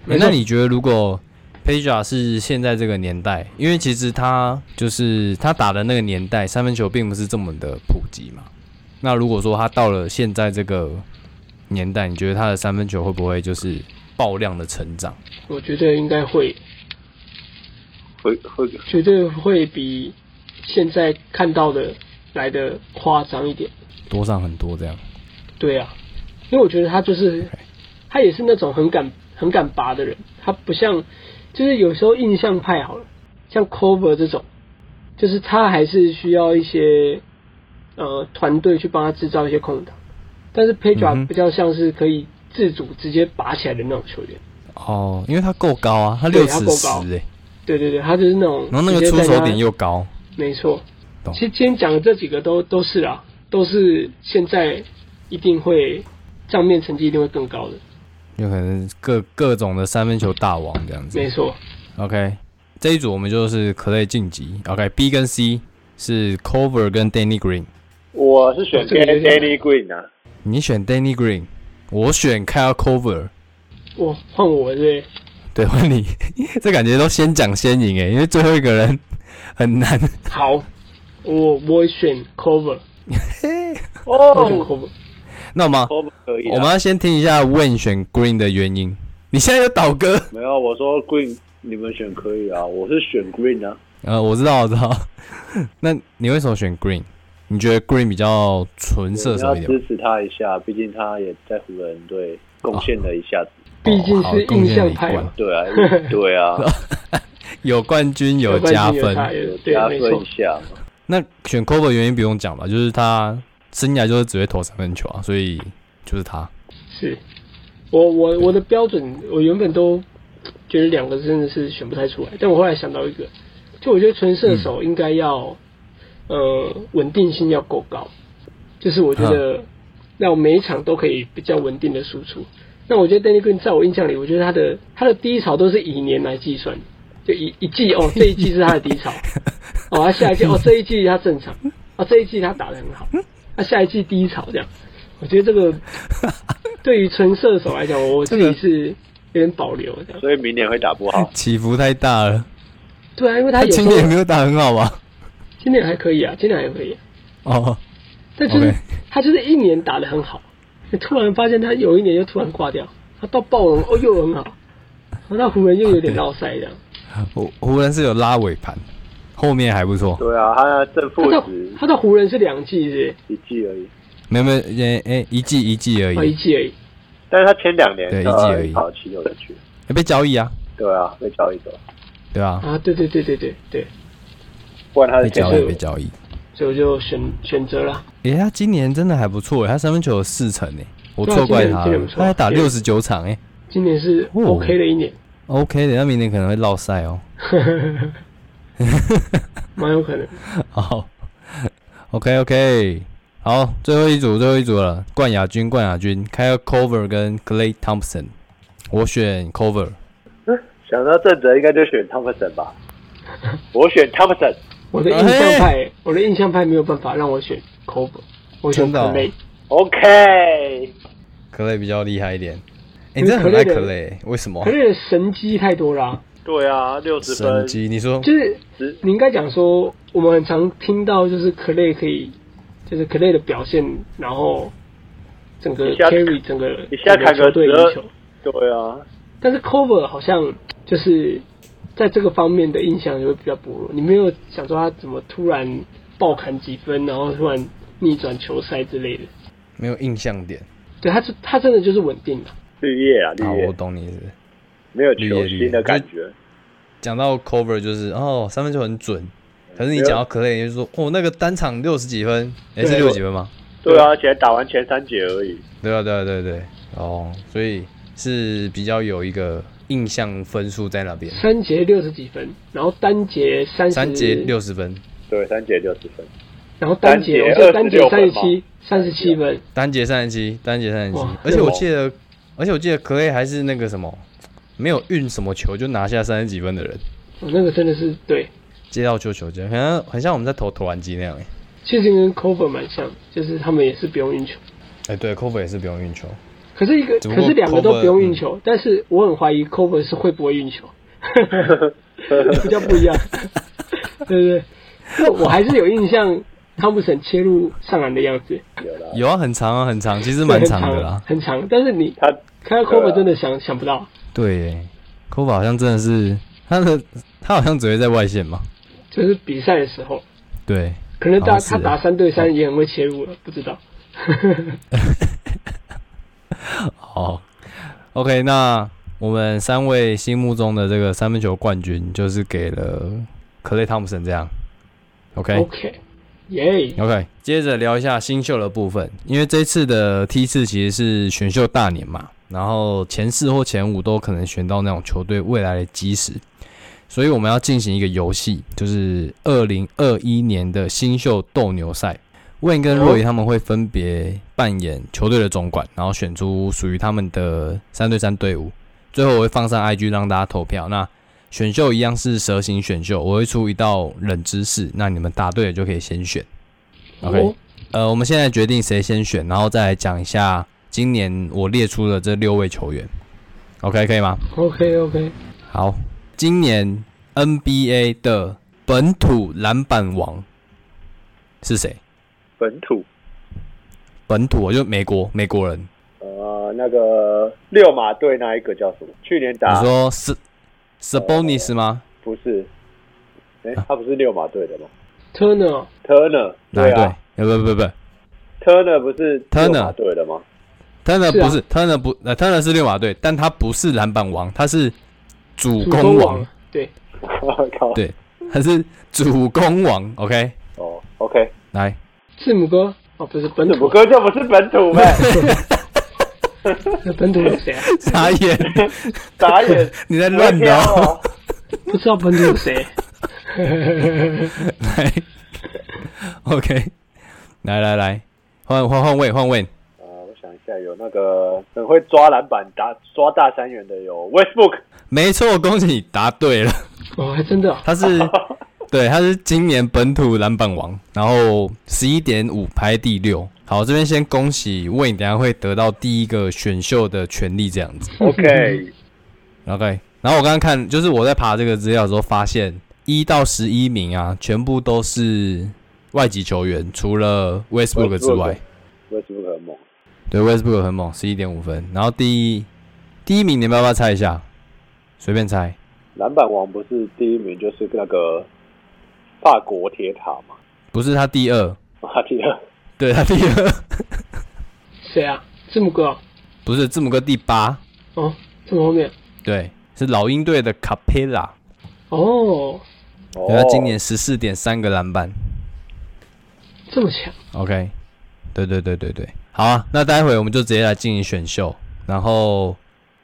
Speaker 2: 没错
Speaker 1: 那你觉得如果 Peja 是现在这个年代，因为其实他就是他打的那个年代，三分球并不是这么的普及嘛。那如果说他到了现在这个年代，你觉得他的三分球会不会就是爆量的成长？
Speaker 2: 我觉得应该会，
Speaker 3: 会会
Speaker 2: 绝对会比现在看到的来的夸张一点。
Speaker 1: 多上很多这样？
Speaker 2: 对啊，因为我觉得他就是他也是那种很敢很敢拔的人，他不像就是有时候印象派好了，像 Cover 这种，就是他还是需要一些呃团队去帮他制造一些空档，但是 p e d r
Speaker 1: 嗯
Speaker 2: a
Speaker 1: 哼
Speaker 2: 比较像是可以自主直接拔起来的那种球员。
Speaker 1: 哦，因为他够高啊，他
Speaker 2: 对
Speaker 1: 六
Speaker 2: 他
Speaker 1: 尺
Speaker 2: 够
Speaker 1: 十
Speaker 2: 高
Speaker 1: 哎，
Speaker 2: 对对对，他就是那种
Speaker 1: 然后那个
Speaker 2: 直接
Speaker 1: 出
Speaker 2: 在
Speaker 1: 手
Speaker 2: 他
Speaker 1: 点又高，
Speaker 2: 没错
Speaker 1: 懂。
Speaker 2: 其实今天讲的这几个都都是啊，都是现在一定会账面成绩一定会更高的，
Speaker 1: 有可能各各种的三分球大王这样子。
Speaker 2: 没错。
Speaker 1: OK，这一组我们就是 Clay 晋级。OK，B 跟 C 是 Cover 跟 Danny Green。
Speaker 3: 我是选
Speaker 2: 这个有
Speaker 3: Dan-
Speaker 2: 点
Speaker 3: Danny Green 啊，
Speaker 1: 你选 Danny Green，我选 Kyle Cover。
Speaker 2: 哇，换我对不
Speaker 1: 对，换你， <laughs> 这感觉都先讲先赢欸诶，因为最后一个人很难。 <laughs>
Speaker 2: 对？好，我我选 cover，我选
Speaker 3: 哦
Speaker 2: cover，
Speaker 1: 那我们
Speaker 3: ，Cover 可以啊。
Speaker 1: 我们要先听一下 Win 选 Green 的原因。你现在有倒戈？ <laughs>
Speaker 3: 没有，啊我说 Green，你们选可以啊，我是选 Green 啊。
Speaker 1: 呃，我知道，我知道。 <laughs> 那你为什么选 Green？你觉得 Green 比较纯射手
Speaker 3: 要
Speaker 1: 一点吗？
Speaker 3: 支持他一下，毕竟他也在湖人队贡献了一下
Speaker 1: 哦
Speaker 3: 子。
Speaker 2: 毕竟
Speaker 1: 好
Speaker 2: 是
Speaker 1: 贡
Speaker 2: 印
Speaker 1: 献了
Speaker 2: 象
Speaker 1: 一
Speaker 2: 派
Speaker 1: 冠
Speaker 2: 嘛，，
Speaker 3: 对啊，
Speaker 1: <laughs>
Speaker 3: 对啊，
Speaker 1: 有冠军有
Speaker 2: 冠军
Speaker 1: 加
Speaker 2: 有
Speaker 1: 分。
Speaker 2: 他有
Speaker 3: 有
Speaker 2: 对
Speaker 3: 加，
Speaker 2: 没
Speaker 3: 分
Speaker 2: 错
Speaker 3: 一，下嘛。
Speaker 1: 那选 Kobe 原因不用讲吧，就是他生涯就是只会投三分球啊，所以就是他。。
Speaker 2: 是。我我我的标准，我原本都觉得两个真的是选不太出来，但我后来想到一个，就我觉得纯射手应该要，呃，稳定性要够高，就是我觉得让我每一场都可以比较稳定的输出。那我觉得 Danny Green 在我印象里，我觉得他的他的低潮都是以年来计算，就一一季哦，这一季是他的低潮，哦，他下一季哦，这一季他正常，啊，这一季他打得很好，啊，下一季低潮这样。我觉得这个对于纯射手来讲，我自己是有点保留的。
Speaker 3: 所以明年会打不好
Speaker 1: <laughs> 起伏太大了。
Speaker 2: 对啊，因为他
Speaker 1: 他
Speaker 2: 有时
Speaker 1: 今
Speaker 2: 候
Speaker 1: 年也没有打很好吧？
Speaker 2: 今年还可以啊，今年还可以， <laughs>
Speaker 1: 哦，
Speaker 2: 但就是
Speaker 1: OK
Speaker 2: 他就是一年打得很好，你突然发现他有一年又突然挂掉，他到暴龙哦又很好，那湖人又有点落赛这样。
Speaker 1: 湖湖人是有拉尾盘，后面还不错。
Speaker 3: 对啊，他正负
Speaker 2: 他到
Speaker 3: 值
Speaker 2: 他到湖人是两季是
Speaker 3: 一季而已，
Speaker 1: 没有没有，诶、诶一季一季而
Speaker 2: 不是，哦一
Speaker 1: 已，
Speaker 2: 季而已。
Speaker 3: 但是他前两年
Speaker 1: 对
Speaker 3: 到
Speaker 1: 一季而已
Speaker 3: 跑七六人去，
Speaker 1: 诶被交易啊，
Speaker 3: 对啊，被交易走，
Speaker 1: 对吧、啊？
Speaker 2: 啊，对对对对对对，
Speaker 3: 不然他
Speaker 1: 被
Speaker 3: 是前
Speaker 1: 交
Speaker 2: 对
Speaker 1: 易
Speaker 2: 对
Speaker 1: 被交易。
Speaker 2: 所以我就选选择了。
Speaker 1: 诶、他今年真的还不错、诶他三分球有四成诶、我
Speaker 2: 对啊
Speaker 1: 错怪
Speaker 2: 今年
Speaker 1: 他
Speaker 2: 今年
Speaker 1: 了
Speaker 2: 不，错
Speaker 1: 他还打
Speaker 2: 今
Speaker 1: 六
Speaker 2: 年
Speaker 1: 十九场诶、
Speaker 2: 今年是
Speaker 1: 哦
Speaker 2: OK 的一年，
Speaker 1: OK 的，他明年可能会落赛哦。
Speaker 2: 蛮有可能。
Speaker 1: 好，OK OK，好，最后一组，最后一组了，冠亚军，冠亚军，Kyle Cover 跟 Clay Thompson，我选 Cover，
Speaker 3: 想到正则应该就选汤普森 <laughs> 吧，我选汤普森，
Speaker 2: 我
Speaker 1: 哎
Speaker 2: 的印象派，我的印象派没有办法让我选 Kobe，我选
Speaker 1: 真的哦
Speaker 2: Clay。
Speaker 3: OK，
Speaker 1: Clay 比较厉害一点。诶，
Speaker 2: 因
Speaker 1: 你
Speaker 2: 为
Speaker 1: 真的很爱
Speaker 2: Clay 的
Speaker 1: Clay，为什么
Speaker 2: 可？是神机太多
Speaker 1: 哦
Speaker 2: 啦、
Speaker 3: 对啊，六十分
Speaker 1: 神，机，你说
Speaker 2: 就是
Speaker 3: 十
Speaker 2: 你应该讲说，我们很常听到就是 Clay 可以，就是 Clay 的表现，然后整个
Speaker 3: 一下
Speaker 2: carry 整个
Speaker 3: 一下砍
Speaker 2: 整球
Speaker 3: 个
Speaker 2: 队
Speaker 3: 十
Speaker 2: 赢球
Speaker 3: 二，，对啊，
Speaker 2: 但是 Cover 好像就是在这个方面的印象就会比较薄弱，你没有想说他怎么突然爆砍几分，然后突然逆转球赛之类的，
Speaker 1: 没有印象点。
Speaker 2: 对，他是他真的就是稳定的。
Speaker 3: 绿叶啊，绿
Speaker 1: 好，我
Speaker 3: 叶，
Speaker 1: 懂你意思。
Speaker 3: 没有
Speaker 1: 绿叶
Speaker 3: 球星的感觉，
Speaker 1: 讲到 Cover 就是哦，三分球很准，可是你讲到 Clay 就是说哦，那个单场六十几分，诶，是
Speaker 2: 啊对
Speaker 1: 六十几分吗？
Speaker 3: 对啊，而且打完前三节而已，
Speaker 1: 对啊，对啊，对啊对啊，哦，所以是比较有一个印象分数在那边。
Speaker 2: 三节六十几分，然后单节三十，
Speaker 1: 三节，六十分，
Speaker 3: 对，三节六十分，
Speaker 2: 然后单节，我
Speaker 3: 单
Speaker 2: 记
Speaker 3: 节
Speaker 2: 得单节
Speaker 3: 26
Speaker 2: 三
Speaker 3: 分
Speaker 2: 十
Speaker 3: 吧
Speaker 2: 七，三十七分，
Speaker 1: 单节三十七，单节三十七
Speaker 2: 哇。
Speaker 1: 而且我记得，而且我记得格雷还是那个什么，没有运什么球就拿下三十几分的人，
Speaker 2: 哦，那个真的是对，
Speaker 1: 接到球球接，好像很像我们在投投篮机那样哎、欸。
Speaker 2: 其实跟 Cover 蛮像，就是他们也是不用运球，
Speaker 1: 哎、对 c o v e r 也是不用运球，
Speaker 2: 可是一个，
Speaker 1: 只不
Speaker 2: 可
Speaker 1: 过
Speaker 2: 是两个
Speaker 1: Cover，嗯
Speaker 2: 都不用运球，但是我很怀疑 Cover 是会不会
Speaker 1: <laughs>
Speaker 2: 运球，比较不一样，对不对？那我还是有印象，汤普森切入上篮的样子，
Speaker 3: 有啦，
Speaker 1: 有啊，很长啊，很长，其实蛮
Speaker 2: 对
Speaker 1: 长
Speaker 2: 很
Speaker 1: 的啦。啊
Speaker 2: 很长，但是你
Speaker 3: 他
Speaker 2: 看到 Cover 真的想想不到，
Speaker 1: 对、欸、c o v e r 好像真的是他的，他好像只会在外线嘛。
Speaker 2: 就是比赛的时候。
Speaker 1: 对，
Speaker 2: 可能
Speaker 1: 好
Speaker 2: 打
Speaker 1: 哦像是啊
Speaker 2: 他打三对三也很会切入了，不知道。
Speaker 1: 好，OK，那我们三位心目中的这个三分球冠军就是给了 Clay Thompson 这样。OK，
Speaker 2: OK，耶，
Speaker 1: OK，接着聊一下新秀的部分，因为这次的梯次其实是选秀大年嘛，然后前四或前五都可能选到那种球队未来的基石，所以我们要进行一个游戏，就是二零二一年的新秀斗牛赛。Wayne 跟若雨他们会分别扮演球队的总管，然后选出属于他们的三对三队伍。最后我会放上 IG 让大家投票。那选秀一样是蛇形选秀，我会出一道冷知识，那你们答对了就可以先选。OK，、
Speaker 2: 哦
Speaker 1: 呃，我们现在决定谁先选，然后再来讲一下今年我列出的这六位球员。OK，可以吗？
Speaker 2: ，OK OK，
Speaker 1: 好，今年 NBA 的本土篮板王是谁？
Speaker 3: 本土，
Speaker 1: 本土就美国美国人。
Speaker 3: 呃，那个六马队那一个叫什么？去年
Speaker 2: 啊
Speaker 3: 打
Speaker 1: 你说是 Sabonis 吗？
Speaker 3: 不是，哎、
Speaker 1: 啊
Speaker 3: 他不是六马队的吗
Speaker 2: ，Turner，
Speaker 3: ？Turner
Speaker 1: 哪
Speaker 2: 哦
Speaker 3: 对
Speaker 1: 一队
Speaker 3: 啊？
Speaker 1: 呃，不不不
Speaker 3: ，Turner 不是
Speaker 1: Turner
Speaker 3: 六马队的吗？ <laughs>
Speaker 1: ，Turner
Speaker 2: 是啊
Speaker 1: 不是 Turner 不呃 Turner 是六马队，但他不是篮板王，他是主
Speaker 2: 主
Speaker 1: 攻
Speaker 2: 王
Speaker 1: 王，，
Speaker 2: 对，
Speaker 3: 靠，
Speaker 1: 对，他是主攻王。OK，
Speaker 3: 哦，OK， <laughs>
Speaker 1: 来，
Speaker 2: 字母哥，哦，不是本
Speaker 3: 字母
Speaker 2: 土，
Speaker 1: <laughs>
Speaker 3: 哥就不是本土呗？
Speaker 2: 那本土有谁啊？
Speaker 1: 傻眼，
Speaker 3: 打野
Speaker 1: 你在乱聊
Speaker 3: 哦。 <laughs>
Speaker 2: 不知道本土有谁。
Speaker 1: 来，OK，来来来，换换换位换位，
Speaker 3: 呃，我想一下，有那个很会抓篮板、打抓大三元的有
Speaker 1: <laughs>
Speaker 3: Westbrook，
Speaker 1: 没错，恭喜你答对了，
Speaker 2: 哦，还真的哦、
Speaker 1: 他是对，他是今年本土篮板王，然后十一点五排第六。好，这边先恭喜魏，你等一下会得到第一个选秀的权利，这样子。
Speaker 3: OK，
Speaker 1: OK，然后我刚刚看，就是我在爬这个资料的时候发现，一到十一名啊，全部都是外籍球员，除了 Westbrook 之外，
Speaker 3: Westbrook 很猛，
Speaker 1: 对 Westbrook 很猛，十一点五分。然后第一第一名，你们要不要猜一下？随便猜，
Speaker 3: 篮板王不是第一名就是那个法国铁塔嘛，
Speaker 1: 不是他第二，
Speaker 3: 马蒂尔，
Speaker 1: 对他第二， <laughs>
Speaker 2: 谁啊？字母哥哦，
Speaker 1: 不是字母哥第八，
Speaker 2: 哦，这么后面
Speaker 1: 对，是老鹰队的 Capella，
Speaker 2: 哦，
Speaker 3: 哦
Speaker 1: <laughs> 对，他今年十四点三个篮板。
Speaker 2: 这么强，
Speaker 1: OK，对对对对对，好啊，那待会我们就直接来进行选秀，然后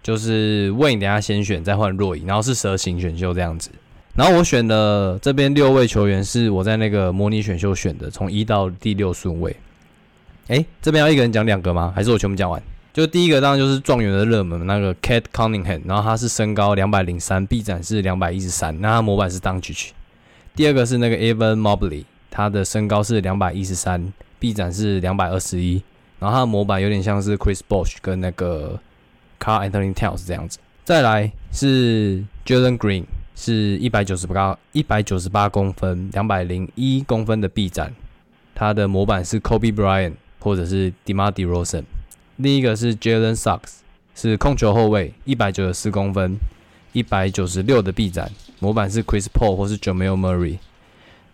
Speaker 1: 就是魏，你等一下先选，再换若仪，然后是蛇形选秀这样子。然后我选的这边六位球员是我在那个模拟选秀选的，从一到第六顺位。诶，这边要一个人讲两个吗？还是我全部讲完？就第一个当然就是状元的热门那个 Cat Cunningham，然后他是身高两百零三，臂展是两百一十三，那他模板是 d u n c h 第二个是那个 Evan Mobley，他的身高是两百一十三，臂展是两百二十一，然后他的模板有点像是 Chris Bosh 跟那个 Carl Anthony Towns 这样子。再来是 Jalen Green，是一百九十八一百九十八公分，两百零一公分的臂展，他的模板是 Kobe Bryant 或者是 DeMar DeRozan。另一个是 Jalen Suggs，是控球后卫，一百九十四公分，一百九十六的臂展，模板是 Chris Paul 或是 Jamal Murray。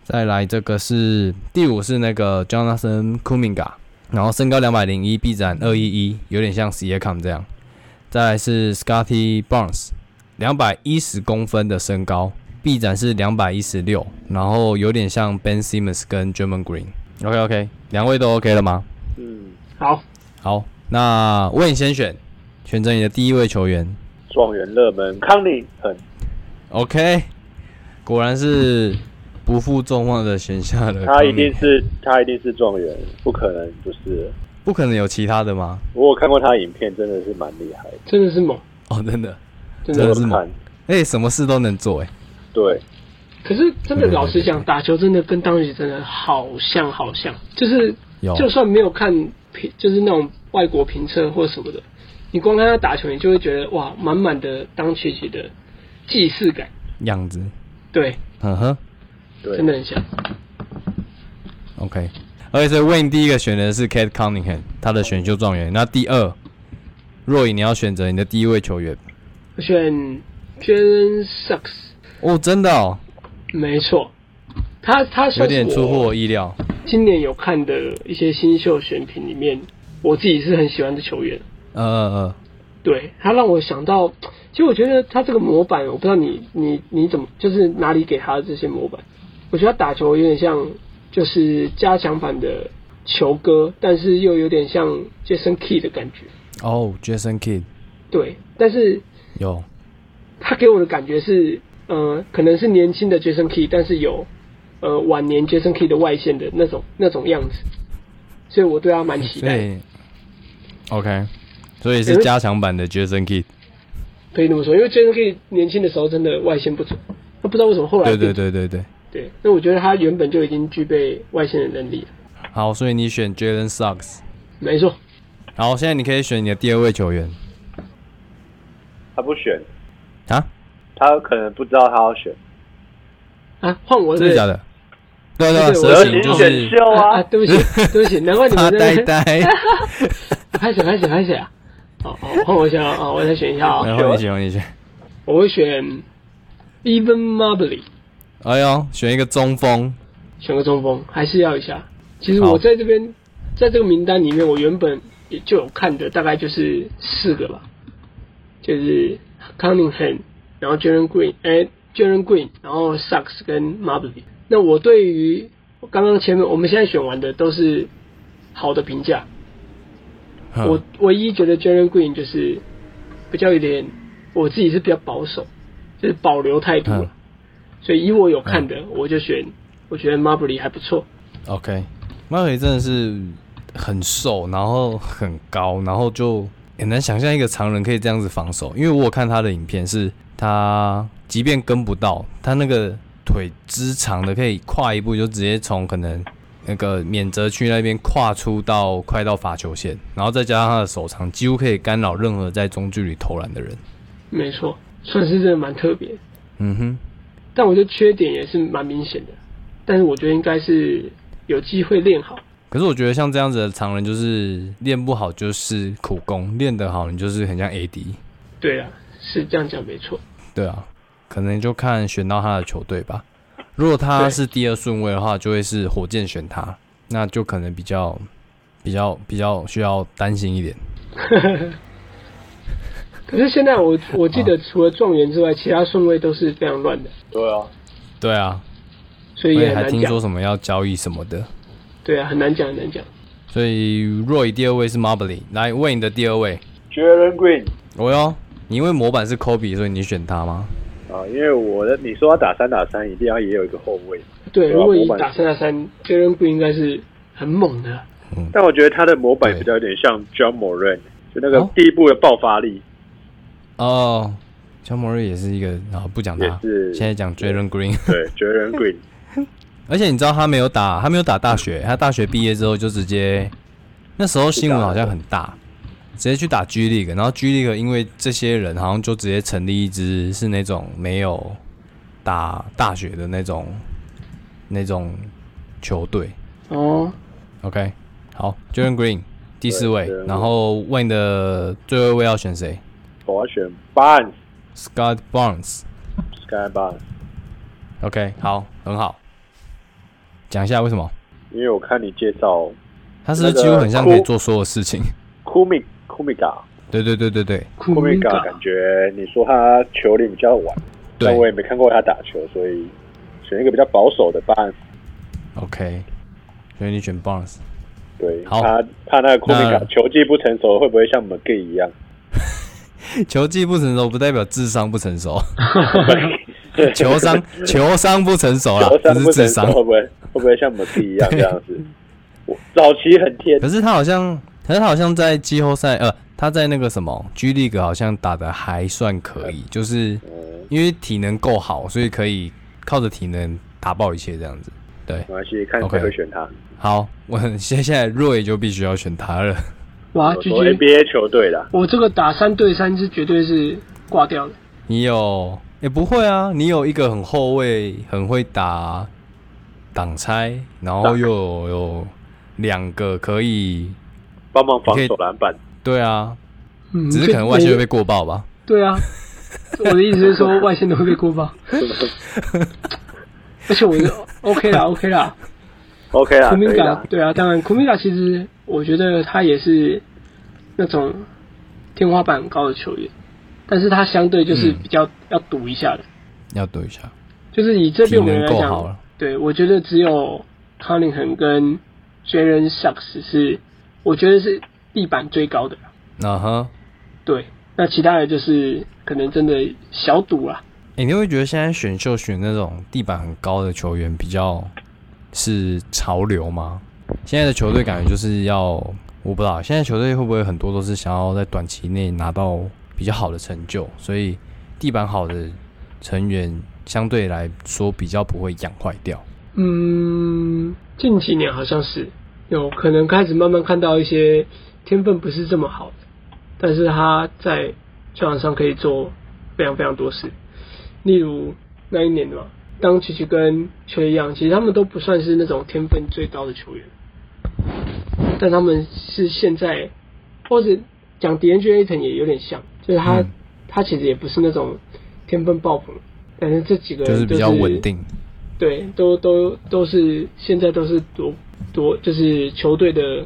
Speaker 1: 再来这个是第五是那个 Jonathan Kuminga，然后身高两百零一，臂展二一一，有点像 c i a c o m 这样。再来是 Scotty Barnes，两百一十公分的身高，臂展是两百一十六，然后有点像 Ben Simmons 跟 German Green。OK OK，两位都 OK 了吗？
Speaker 3: 嗯，
Speaker 2: 好，
Speaker 1: 好，那魏先选，选择你的第一位球员。
Speaker 3: 状元热门康宁很
Speaker 1: OK，果然是不负众望的选下了。
Speaker 3: 他一定是他一定是状元，不可能不是。
Speaker 1: 不可能有其他的吗？
Speaker 3: 我有看过他影片，真的是蛮厉害的，
Speaker 2: 真的是猛，
Speaker 1: 哦，真的，真
Speaker 2: 真的
Speaker 1: 的
Speaker 3: 我
Speaker 1: 是猛
Speaker 3: 看
Speaker 1: 哎、什么事都能做哎、
Speaker 3: 对，
Speaker 2: 可是真
Speaker 1: 对
Speaker 2: 的，
Speaker 1: 对对
Speaker 2: 老实讲，打球真的跟当时真的好像，好像就是
Speaker 1: 有
Speaker 2: 就算没有看评，就是那种外国评测或什么的，你光看他打球，你就会觉得哇，满满的当曲奇的既视感，
Speaker 1: 样子，
Speaker 2: 对，
Speaker 1: 呵呵
Speaker 3: 对，
Speaker 2: 真的很像。
Speaker 1: ，OK。而且所以 Wayne 第一个选的是 Kate Cunningham，他的选秀状元。那第二，若隐你要选择你的第一位球员
Speaker 2: 我选 Jalen Sucks，
Speaker 1: 哦，真的哦，
Speaker 2: 没错，他他
Speaker 1: 有
Speaker 2: 算是
Speaker 1: 点出乎
Speaker 2: 我
Speaker 1: 我意料。
Speaker 2: 今年有看的一些新秀选品里面，我自己是很喜欢的球员。
Speaker 1: 呃呃
Speaker 2: 对他让我想到，其实我觉得他这个模板，我不知道你你你怎么就是哪里给他的这些模板，我觉得他打球有点像就是加强版的球哥，但是又有点像 Jason Key 的感觉。
Speaker 1: 呃，哦，Jason Kidd
Speaker 2: 对，但是
Speaker 1: 有
Speaker 2: 他给我的感觉是，呃，可能是年轻的 Jason Key，但是有呃晚年 Jason Key 的外线的那种那种样子，所以我对他蛮期
Speaker 1: 所
Speaker 2: 待的。
Speaker 1: 以，OK，所以是加强版的 Jason Kidd。
Speaker 2: 可以这么说，因为 Jason K 年轻的时候真的外线不足，那不知道为什么后来
Speaker 1: 对对
Speaker 2: 变
Speaker 1: 对对对，
Speaker 2: 对，那我觉得他原本就已经具备外线的能力了。
Speaker 1: 好，所以你选 Jalen Suggs。
Speaker 2: 没错，
Speaker 1: 好，现在你可以选你的第二位球员
Speaker 3: 他不选，
Speaker 1: 啊？
Speaker 3: 他可能不知道他要选，
Speaker 2: 啊，换我
Speaker 1: 真的
Speaker 2: 是不是
Speaker 1: 假？的？对对，对
Speaker 2: 对
Speaker 1: 蛇
Speaker 2: 我
Speaker 1: 形
Speaker 2: 蛇形
Speaker 1: 就
Speaker 3: 选
Speaker 1: 是
Speaker 3: 秀
Speaker 2: 啊
Speaker 1: <laughs>
Speaker 3: 啊
Speaker 2: 啊，，对不起，对不起，难怪你
Speaker 1: 他
Speaker 2: 们
Speaker 1: 啊呆
Speaker 2: 在那
Speaker 1: 呆。
Speaker 2: 拍手拍手拍手啊！哦哦，换我想啊，哦我再选一下啊，
Speaker 1: 然后哎你选，换你选。
Speaker 2: 我会选 Even Mobley，
Speaker 1: 哎呦，选一个中锋，
Speaker 2: 选个中锋，还是要一下。其实
Speaker 1: 好
Speaker 2: 我在这边，在这个名单里面，我原本也就有看的，大概就是四个吧，就是 Cunningham，然后 Jalen Green，哎、j a l e n Green，然后 Sucks 跟 Mobley。那我对于刚刚前面我们现在选完的都是好的评价，
Speaker 1: 哼
Speaker 2: 我唯一觉得 Jalen Green 就是比较有点，我自己是比较保守，就是保留态度
Speaker 1: 嗯
Speaker 2: 了。所以以我有看的，我就选，我觉得 Marbury 还不错。
Speaker 1: OK，马可真的是很瘦，然后很高，然后就很难想象一个常人可以这样子防守。因为我有看他的影片，是他即便跟不到，他那个腿之长的可以跨一步就直接从可能那个免责区那边跨出到快到罚球线，然后再加上他的手长，几乎可以干扰任何在中距离投篮的人。
Speaker 2: 没错，算是真的蛮特别的。
Speaker 1: 嗯哼，
Speaker 2: 但我觉得缺点也是蛮明显的，但是我觉得应该是有机会练好。
Speaker 1: 可是我觉得像这样子的常人，就是练不好就是苦功，练得好你就是很像 AD。
Speaker 2: 对啊，是这样讲没错。
Speaker 1: 对啊，可能就看选到他的球队吧。如果他
Speaker 2: 对
Speaker 1: 是第二顺位的话，就会是火箭选他，那就可能比较比较比较需要担心一点。
Speaker 2: 可是现在我我记
Speaker 1: 啊
Speaker 2: 得除了状元之外，其他顺位都是非常乱的，
Speaker 3: 对啊，
Speaker 1: 对啊，
Speaker 2: 所以
Speaker 1: 我
Speaker 2: 也
Speaker 1: 也还
Speaker 2: 很难
Speaker 1: 听说
Speaker 2: 讲。
Speaker 1: 什么要交易什么的，
Speaker 2: 对啊，很难讲，很难讲。
Speaker 1: 所以若以第二位是 Mobley，来问你的第二位，
Speaker 3: Jalen Green
Speaker 1: 哦哟，你因为模板是 Kobe，所以你选他吗？
Speaker 3: 啊，因为我的你说要打三打三，一定要也有一个后卫，
Speaker 2: 对，
Speaker 3: 对啊
Speaker 2: 如果
Speaker 3: 模
Speaker 2: 以
Speaker 3: 板
Speaker 2: 打三打三，Jalen Green 应该是很猛的。
Speaker 3: 但我觉得他的模板
Speaker 1: 对
Speaker 3: 比较有点像 John Moran，就那个
Speaker 1: 哦
Speaker 3: 第一步的爆发
Speaker 1: <laughs>
Speaker 3: 力，
Speaker 1: 哦，乔莫瑞也是一个，然后不讲他
Speaker 3: 也，是
Speaker 1: 现在讲 Jalen Green。
Speaker 3: 对 Jalen Green
Speaker 1: 而且你知道他没有打，他没有打大学，他大学毕业之后就直接，那时候新闻好像很大，直接去打 G League，然后 G League 因为这些人好像就直接成立一支是那种没有打大学的那种那种球队。
Speaker 2: 哦，
Speaker 1: OK，好，Jalen Green 第四位
Speaker 3: 对，Jalen，Green
Speaker 1: 然后 Wayne 的最后一位要选谁
Speaker 3: 我要选 Barnes
Speaker 1: ？Scott Barnes。
Speaker 3: Sky Barnes，
Speaker 1: OK，好，很好，讲一下为什么
Speaker 3: 因为我看你介绍
Speaker 1: 他是不是几乎很像可以做所有事情？
Speaker 3: Kumi Kumiga
Speaker 1: 对对对对对。
Speaker 2: 库
Speaker 3: Kumiga，感啊觉你说他球龄比较晚，
Speaker 1: 啊对
Speaker 3: 但我也没看过他打球，所以选一个比较保守的 Barnes，
Speaker 1: OK，所以你选 Barnes。
Speaker 3: 对，
Speaker 1: 好
Speaker 3: 他怕那个 Kumiga
Speaker 1: 那
Speaker 3: 球技不成熟，会不会像 McGee
Speaker 1: <laughs>
Speaker 3: 一样？
Speaker 1: 球技不成熟不代表智商不成
Speaker 3: <laughs>
Speaker 1: 熟， <laughs> 球商球商不成熟啦
Speaker 3: 球，商
Speaker 1: 不
Speaker 3: 不
Speaker 1: 是智
Speaker 3: 成熟
Speaker 1: 商。
Speaker 3: 会不会会不会像 McGee 一样这样
Speaker 1: <laughs>
Speaker 3: 子？我早期很天
Speaker 1: 可是他好像，可是他好像在季后赛，呃，他在那个什么 G League 好像打的还算可
Speaker 3: 嗯
Speaker 1: 以，就是因为体能够好，所以可以靠着体能打爆一切这样子。对，
Speaker 3: 没关系，看谁
Speaker 1: OK
Speaker 3: 会选他。
Speaker 1: 好，我接下来若也就必须要选他了。
Speaker 2: 哇
Speaker 3: 我
Speaker 2: ，G
Speaker 3: 说
Speaker 2: G，
Speaker 3: NBA 球队啦，
Speaker 2: 我这个打三对三是绝对是挂掉的。
Speaker 1: 你有也、不会啊，你有一个很后卫，很会打挡拆，然后又有有两个可以，
Speaker 3: 帮忙防
Speaker 1: 你可以
Speaker 3: 守篮板。
Speaker 1: 对啊，
Speaker 2: 嗯，
Speaker 1: 只是可能外线会被过爆吧。<laughs>
Speaker 2: 对啊，我的意思是说外线都会被过爆， <laughs> 而且我
Speaker 1: <laughs>
Speaker 2: 就 OK 啦，OK 啦
Speaker 3: <laughs> OK 啦，
Speaker 2: 库
Speaker 3: 可
Speaker 2: 米
Speaker 3: 以
Speaker 2: 卡
Speaker 3: 啦，
Speaker 2: 对啊，当然库米卡其实我觉得他也是那种天花板很高的球员，但是他相对
Speaker 1: 嗯
Speaker 2: 就是比较要赌一下的，
Speaker 1: 要读一下，
Speaker 2: 就是以这六个人来
Speaker 1: 体能够好
Speaker 2: 讲
Speaker 1: 了，
Speaker 2: 对我觉得只有康宁恒跟 Jalen Suggs 是我觉得是地板最高的，
Speaker 1: 啊哈，
Speaker 2: 对，那其他的就是可能真的小赌啊。
Speaker 1: 诶欸你会觉得现在选秀选那种地板很高的球员比较是潮流吗？现在的球队感觉就是要，我不知道现在球队会不会很多都是想要在短期内拿到比较好的成就，所以地板好的成员相对来说比较不会养坏掉。
Speaker 2: 嗯，近几年好像是有可能开始慢慢看到一些天分不是这么好的，但是他在球场上可以做非常非常多事。例如那一年嘛，当琪琪跟邱一样，其实他们都不算是那种天分最高的球员，但他们是现在或者讲 d n g a t o n 也有点像，就是他、
Speaker 1: 嗯
Speaker 2: 他其实也不是那种天分爆棚，但是这几个人
Speaker 1: 就是比较稳定。
Speaker 2: 对，都都都是现在都是夺夺就是球队的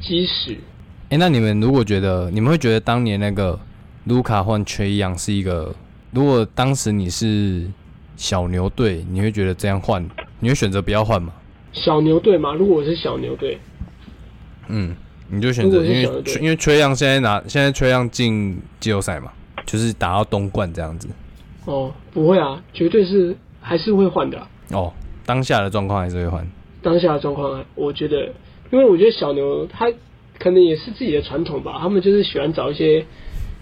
Speaker 2: 基石。
Speaker 1: 诶，那你们如果觉得，你们会觉得当年那个卢卡换缺一样是一个，如果当时你是小牛队，你会觉得这样换，你会选择不要换吗？
Speaker 2: 小牛队嘛，如果我是小牛队，
Speaker 1: 嗯，你就选择，
Speaker 2: 如
Speaker 1: 因
Speaker 2: 果是
Speaker 1: 为
Speaker 2: 小的队
Speaker 1: 因为缺氧现在拿现在缺氧进季后赛嘛，就是打到东冠这样子。
Speaker 2: 哦，不会啊，绝对是还是会换的啊、
Speaker 1: 哦，当下的状况还是会换。
Speaker 2: 当下的状况啊，我觉得，因为我觉得小牛他可能也是自己的传统吧，他们就是喜欢找一些、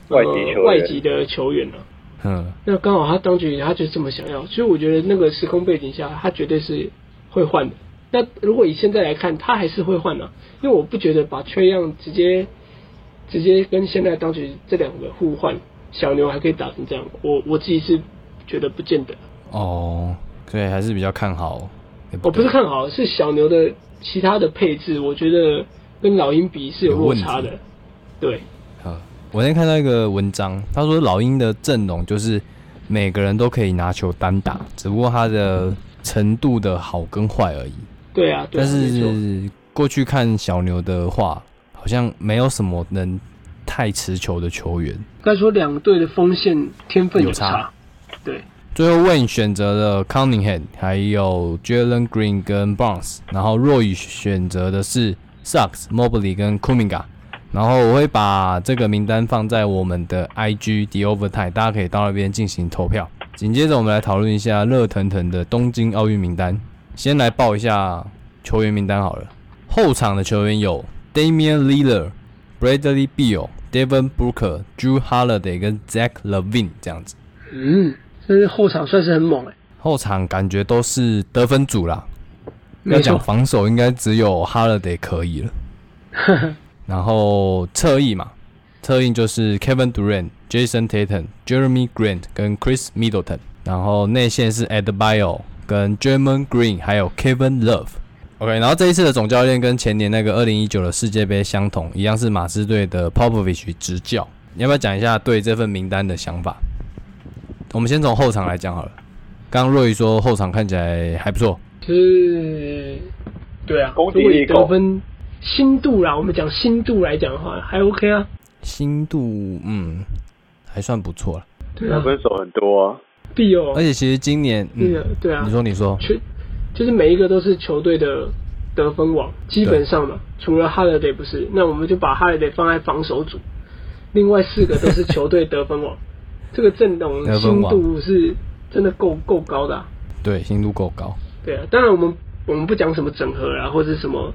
Speaker 2: 呃、
Speaker 3: 外籍球员
Speaker 2: 外籍的球员啊。
Speaker 1: 嗯，
Speaker 2: 那刚好他当局他就这么想要，所以我觉得那个时空背景下，他绝对是会换的。那如果以现在来看，他还是会换的、因为我不觉得把缺样直接直接跟现在当局这两个互换，小牛还可以打成这样，我我自己是觉得不见得。
Speaker 1: 哦，所以还是比较看好。欸
Speaker 2: 我哦不是
Speaker 1: 对
Speaker 2: 看好，是小牛的其他的配置，我觉得跟老鹰比是有落
Speaker 1: 有
Speaker 2: 差
Speaker 1: 问
Speaker 2: 的。对，
Speaker 1: 好我那天看到一个文章，他说老鹰的阵容就是每个人都可以拿球单打，只不过他的程度的好跟坏而已。
Speaker 2: 对啊，对啊，
Speaker 1: 但
Speaker 2: 没错，
Speaker 1: 是过去看小牛的话，好像没有什么能太持球的球员。
Speaker 2: 该说两队的锋线天分
Speaker 1: 有差
Speaker 2: 差，对，
Speaker 1: 最后为你选择了 Cunningham，还有 Jalen Green 跟 Barnes，然后若雨选择的是 Sucks、Mobley 跟 Kuminga，然后我会把这个名单放在我们的 IG The Overtime，大家可以到那边进行投票。紧接着我们来讨论一下热腾腾的东京奥运名单，先来报一下球员名单好了。后场的球员有 Damian Lillard、Bradley Beal、Devin Booker、Drew Holiday 跟 Zach Levine 这样子。
Speaker 2: 嗯，但是后场算是很猛哎、
Speaker 1: 后场感觉都是得分组啦，要
Speaker 2: 没
Speaker 1: 讲
Speaker 2: 错，
Speaker 1: 防守，应该只有 Holiday 可以了。
Speaker 2: <laughs>
Speaker 1: 然后侧翼嘛，侧翼就是 Kevin Durant、Jason Tatum、Jeremy Grant 跟 Chris Middleton，然后内线是 Adbio 跟 German Green，还有 Kevin Love。OK，然后这一次的总教练跟前年那个2019的世界杯相同，一样是马刺队的 Popovich 执教。你要不要讲一下对这份名单的想法？我们先从后场来讲好了。刚刚若雨说后场看起来还不错，
Speaker 2: 就是对啊，
Speaker 3: 攻
Speaker 2: 如
Speaker 3: 击力
Speaker 2: 果以得
Speaker 3: 够
Speaker 2: 分心度啦，我们讲心度来讲的话，还 OK 啊，
Speaker 1: 新度嗯还算不错了，
Speaker 2: 对
Speaker 3: 得
Speaker 2: 啊，
Speaker 3: 分手很多、啊，
Speaker 2: 必有
Speaker 1: 而，且其实今年
Speaker 2: 那
Speaker 1: 嗯
Speaker 2: 个，对啊
Speaker 1: 你，说你说
Speaker 2: 全就是每一个都是球队的得分王，基本上嘛，除了 Holiday 不是，那我们就把 Holiday 放在防守组，另外四个都是球队得分王，这个阵容
Speaker 1: 得分
Speaker 2: 心
Speaker 1: 王
Speaker 2: 度是真的够够高的、啊，
Speaker 1: 对新度够高，
Speaker 2: 对啊，当然我们我们不讲什么整合啊，或者什么，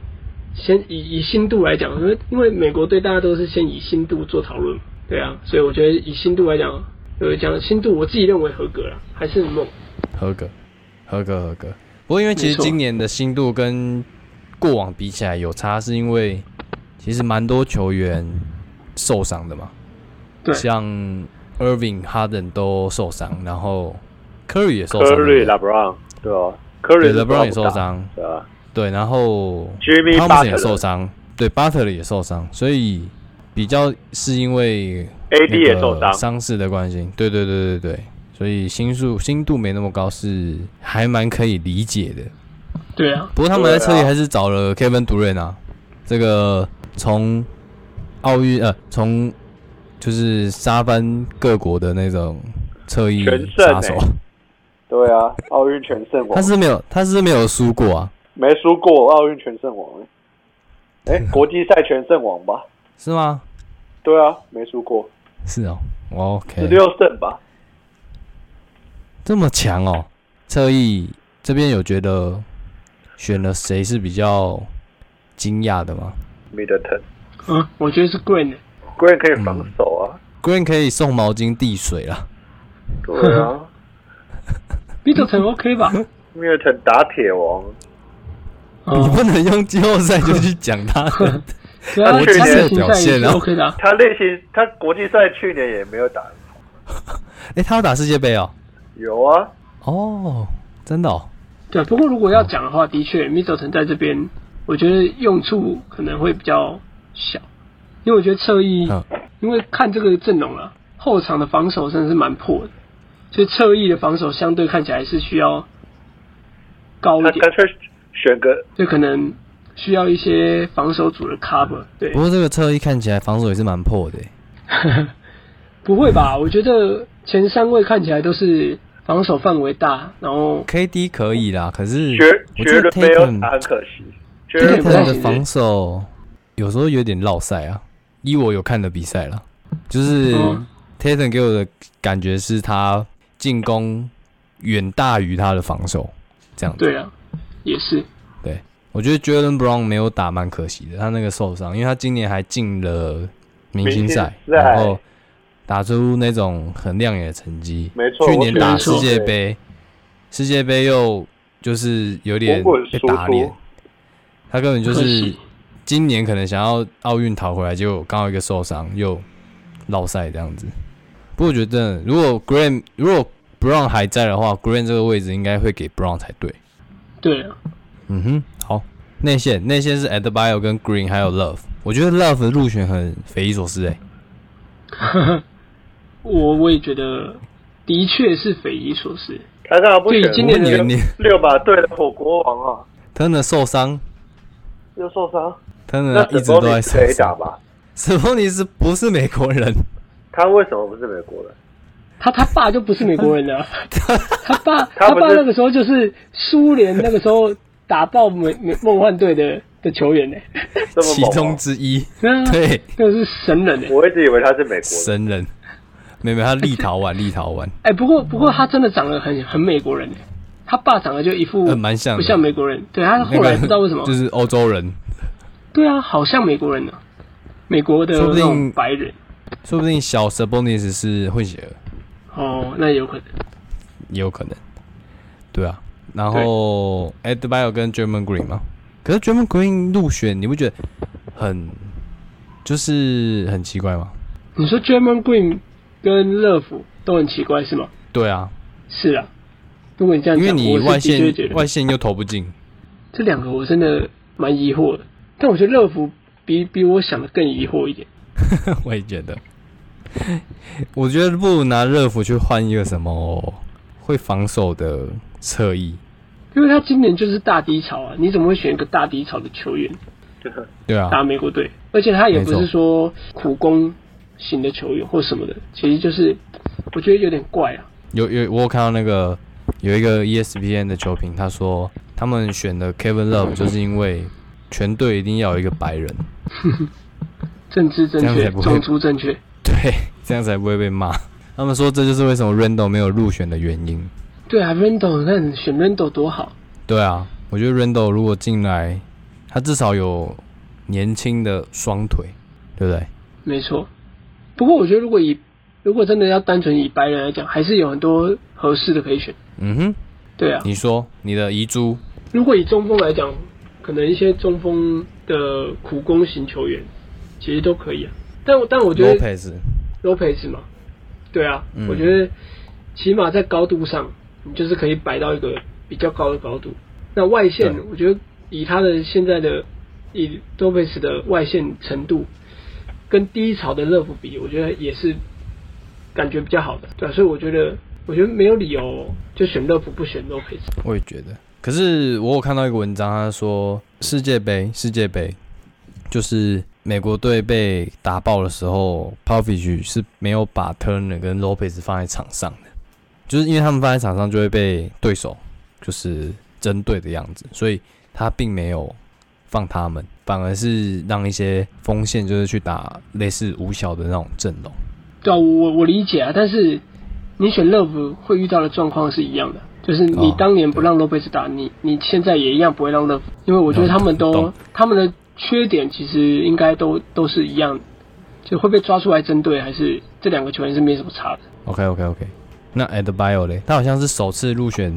Speaker 2: 先以以心度来讲，因为因为美国队大家都是先以心度做讨论嘛，对啊，所以我觉得以心度来讲，有讲心度我自己认为合格了，还是很猛，
Speaker 1: 合格合格合格。不过因为其
Speaker 2: 没
Speaker 1: 实
Speaker 2: 错
Speaker 1: 今年的新度跟过往比起来有差，是因为其实蛮多球员受伤的嘛，
Speaker 2: 对
Speaker 1: 像 Irving、Harden 都受伤，然后 Curry 也受伤了
Speaker 3: Curry、LeBron 对吧、
Speaker 1: 对
Speaker 3: Curry
Speaker 1: LeBron 也
Speaker 3: 不
Speaker 1: 受
Speaker 3: 打，
Speaker 1: 伤，
Speaker 3: 对吧、
Speaker 1: 对，然后
Speaker 3: Jimmy
Speaker 1: 汤普森也受
Speaker 3: Butler、
Speaker 1: 伤，对，巴特勒也受伤，所以比较是因为
Speaker 3: AD 也受
Speaker 1: 那个，
Speaker 3: 伤
Speaker 1: 伤势的关系。对对对对对，所以心数心度没那么高是还蛮可以理解的。
Speaker 2: 对啊，
Speaker 1: 不过他们在
Speaker 3: 对啊
Speaker 1: 车里还是找了 Kevin Durant 啊，这个从奥运呃从就是沙班各国的那种侧翼
Speaker 3: 全胜
Speaker 1: 杀手，
Speaker 3: 欸对啊，奥运全胜王
Speaker 1: 他，是没有他是没有输过啊，
Speaker 3: 没输过奥运全胜王、欸，哎、
Speaker 1: <laughs>
Speaker 3: 国际赛全胜王吧？
Speaker 1: 是吗？
Speaker 3: 对啊，没输过，
Speaker 1: 是哦，OK，
Speaker 3: 十六胜吧？
Speaker 1: 这么强哦！侧翼这边有觉得选了谁是比较惊讶的吗
Speaker 3: Middleton。
Speaker 2: 嗯，我觉得是 Green 的、
Speaker 3: Green 可以防守啊，
Speaker 1: ？Green 可以送毛巾递水啦，嗯
Speaker 3: 对啊
Speaker 2: Middleton OK 吧？
Speaker 3: ，Middleton 打铁王，
Speaker 1: 你
Speaker 2: 哦，
Speaker 1: 不能用季后赛就去讲他
Speaker 2: <laughs>
Speaker 1: 的
Speaker 2: 对啊，
Speaker 3: 我去
Speaker 2: 他
Speaker 3: 年
Speaker 2: 的形
Speaker 1: 表
Speaker 2: 象也
Speaker 1: 现
Speaker 2: 是
Speaker 1: 啊
Speaker 2: OK 的、啊，
Speaker 3: 他类型他国际赛去年也没有打，
Speaker 1: 诶，他要打世界杯哦？
Speaker 3: 有啊，
Speaker 1: 哦，真的哦，
Speaker 2: 对啊。不过如果要讲的话，的确 Middleton 在这边，我觉得用处可能会比较小，因为我觉得侧翼，
Speaker 1: 嗯
Speaker 2: 因为看这个阵容啊，后场的防守真的是蛮破的，所以侧翼的防守相对看起来是需要高
Speaker 3: 他
Speaker 2: 一点，
Speaker 3: 干脆选个
Speaker 2: 就可能需要一些防守组的 cover。对
Speaker 1: 不，过这个侧翼看起来防守也是蛮破的诶，
Speaker 2: 不会吧？我觉得前三位看起来都是防守范围大，然后
Speaker 1: KD 可以啦，可是
Speaker 3: 绝
Speaker 1: 嗯我觉
Speaker 3: 绝
Speaker 1: 得
Speaker 3: 对没有
Speaker 1: Tatum 嗯
Speaker 3: 打，很可惜，绝对
Speaker 2: Tatum
Speaker 3: 没有
Speaker 2: 太
Speaker 1: Tatum 的防守有时候有点落赛啊。依我有看的比赛啦，就是
Speaker 2: 嗯
Speaker 1: Tatum 给我的感觉是他进攻远大于他的防守，这样子。
Speaker 2: 对啊，也是，
Speaker 1: 我觉得 Jalen Brown 没有打蛮可惜的，他那个受伤，因为他今年还进了明星赛，
Speaker 3: 明星赛
Speaker 1: 然后打出那种很亮眼的成绩。
Speaker 3: 没错，
Speaker 1: 去年打
Speaker 3: 我觉
Speaker 1: 世
Speaker 3: 得
Speaker 1: 界杯，世界杯又就是有点
Speaker 3: 滚滚
Speaker 1: 被
Speaker 3: 输
Speaker 1: 打脸
Speaker 3: 出，，
Speaker 1: 他根本就
Speaker 2: 可
Speaker 1: 是
Speaker 2: 惜
Speaker 1: 今年可能想要奥运逃回来，结果刚好一个受伤又落赛这样子。不过我觉得如果 Graham 如果 Brown 还在的话，Graham 这个位置应该会给 Brown 才对。
Speaker 2: 对啊，
Speaker 1: 嗯哼，好，内线内线是 Adbio 跟 Green 还有 Love，我觉得 Love 的入选很匪夷所思哎、
Speaker 2: 我我也觉得的确是匪夷所思。
Speaker 3: 他干嘛不
Speaker 2: 对
Speaker 3: 选
Speaker 2: 今年的
Speaker 1: 我问你你
Speaker 3: 六马队的火锅王啊？
Speaker 1: Turner 受伤
Speaker 3: 又受伤，
Speaker 1: ，Turner 嗯一直都在受
Speaker 3: 谁打
Speaker 1: 伤。
Speaker 3: 吧？
Speaker 1: 史波尼斯不是美国人，
Speaker 3: 他为什么不是美国人？
Speaker 2: 他他爸就不是美国人
Speaker 1: <laughs>
Speaker 2: 啊，他爸
Speaker 3: 他
Speaker 2: 他
Speaker 3: 不是
Speaker 2: 爸那个时候就是苏联那个时候打爆美美梦幻队的的球员呢、
Speaker 3: 这么
Speaker 1: 其
Speaker 2: 啊
Speaker 3: 猛哦、
Speaker 1: 中之
Speaker 2: <laughs>
Speaker 1: 一，
Speaker 2: 对啊，
Speaker 1: 对，
Speaker 2: 那个是神人欸呢、
Speaker 3: 我一直以为他是美国 <laughs> 人，
Speaker 1: 神人。没有没有，他立陶宛，立陶宛，
Speaker 2: 哎、不过不过他真的长得很很美国人、欸，他爸长得就一副
Speaker 1: 呃蛮像的
Speaker 2: 不像美国人，对他
Speaker 1: 那
Speaker 2: 后来
Speaker 1: 个
Speaker 2: 不知道为什么，
Speaker 1: 就是欧洲人，
Speaker 2: 对啊，好像美国人呢、美国的
Speaker 1: 说不
Speaker 2: 那
Speaker 1: 定
Speaker 2: 种白人
Speaker 1: 说不定小 Sabonis 是混血儿，
Speaker 2: 哦，那有可能，
Speaker 1: 也有可能。对啊，然后 Adbio 跟 German Green 嘛，可是 German Green 入选，你不觉得很就是很奇怪吗？
Speaker 2: 你说 German Green 跟乐福都很奇怪是吗？
Speaker 1: 对啊，
Speaker 2: 是啊，如果你这样
Speaker 1: 因为
Speaker 2: 讲，
Speaker 1: 你
Speaker 2: 我是
Speaker 1: 外
Speaker 2: 的确
Speaker 1: 线
Speaker 2: 觉得
Speaker 1: 外线又投不进， <laughs>
Speaker 2: 这两个我真的蛮疑惑的，但我觉得乐福比比我想的更疑惑一点。
Speaker 1: 我也觉得。我觉得不如拿热服去换一个什么会防守的侧翼，
Speaker 2: 因为他今年就是大低潮啊，你怎么会选一个大低潮的球员
Speaker 1: 对啊，
Speaker 2: 打美国队？而且他也不
Speaker 1: 没错
Speaker 2: 是说苦攻型的球员或什么的，其实就是我觉得有点怪啊。
Speaker 1: 有有，我有看到那个有一个 E ESPN 的球评，他说他们选的 Kevin Love 就是因为全队一定要有一个白人，
Speaker 2: 政治正
Speaker 1: 这样
Speaker 2: 确
Speaker 1: 才，不会
Speaker 2: 种族正确，
Speaker 1: <laughs> 对，这样才不会被骂。 <laughs> 他们说这就是为什么 Randall 没有入选的原因。
Speaker 2: 对啊，Rando，那你选 Rando 多好，
Speaker 1: 对啊，我觉得 Randall 如果进来，他至少有年轻的双腿，对不对？
Speaker 2: 没错。不过我觉得如果以如果真的要单纯以白人来讲，还是有很多合适的可以选。
Speaker 1: 嗯哼，
Speaker 2: 对啊，
Speaker 1: 你说你的遗珠
Speaker 2: 如果以中锋来讲，可能一些中锋的苦攻型球员其实都可以啊。但我但我觉得
Speaker 1: Lopez，
Speaker 2: Lopez 嘛，对啊，
Speaker 1: 嗯
Speaker 2: 我觉得起码在高度上，你就是可以摆到一个比较高的高度。那外线
Speaker 1: 对，
Speaker 2: 我觉得以他的现在的以 Lopez 的外线程度，跟低潮的乐福比，我觉得也是感觉比较好的。对啊、所以我觉得我觉得没有理由就选乐福不选 Lopez。
Speaker 1: 我也觉得。可是我有看到一个文章，他说世界杯，世界杯就是美国队被打爆的时候 p o v i c 是没有把 Turner 跟 Lopez 放在场上的，就是因为他们放在场上就会被对手就是针对的样子，所以他并没有放他们，反而是让一些锋线就是去打类似五小的那种阵容。
Speaker 2: 对啊，我我我理解啊，但是你选 Love 会遇到的状况是一样的，就是你
Speaker 1: 哦
Speaker 2: 当年不让 Lopez 打，你你现在也一样不会让 Love，因为我觉得他们
Speaker 1: 哦懂懂
Speaker 2: 都他们的缺点其实应该都都是一样的，就会被抓出来针对，还是这两个球员是没什么差的。
Speaker 1: OK OK OK，那 a d b i o 嘞，他好像是首次入选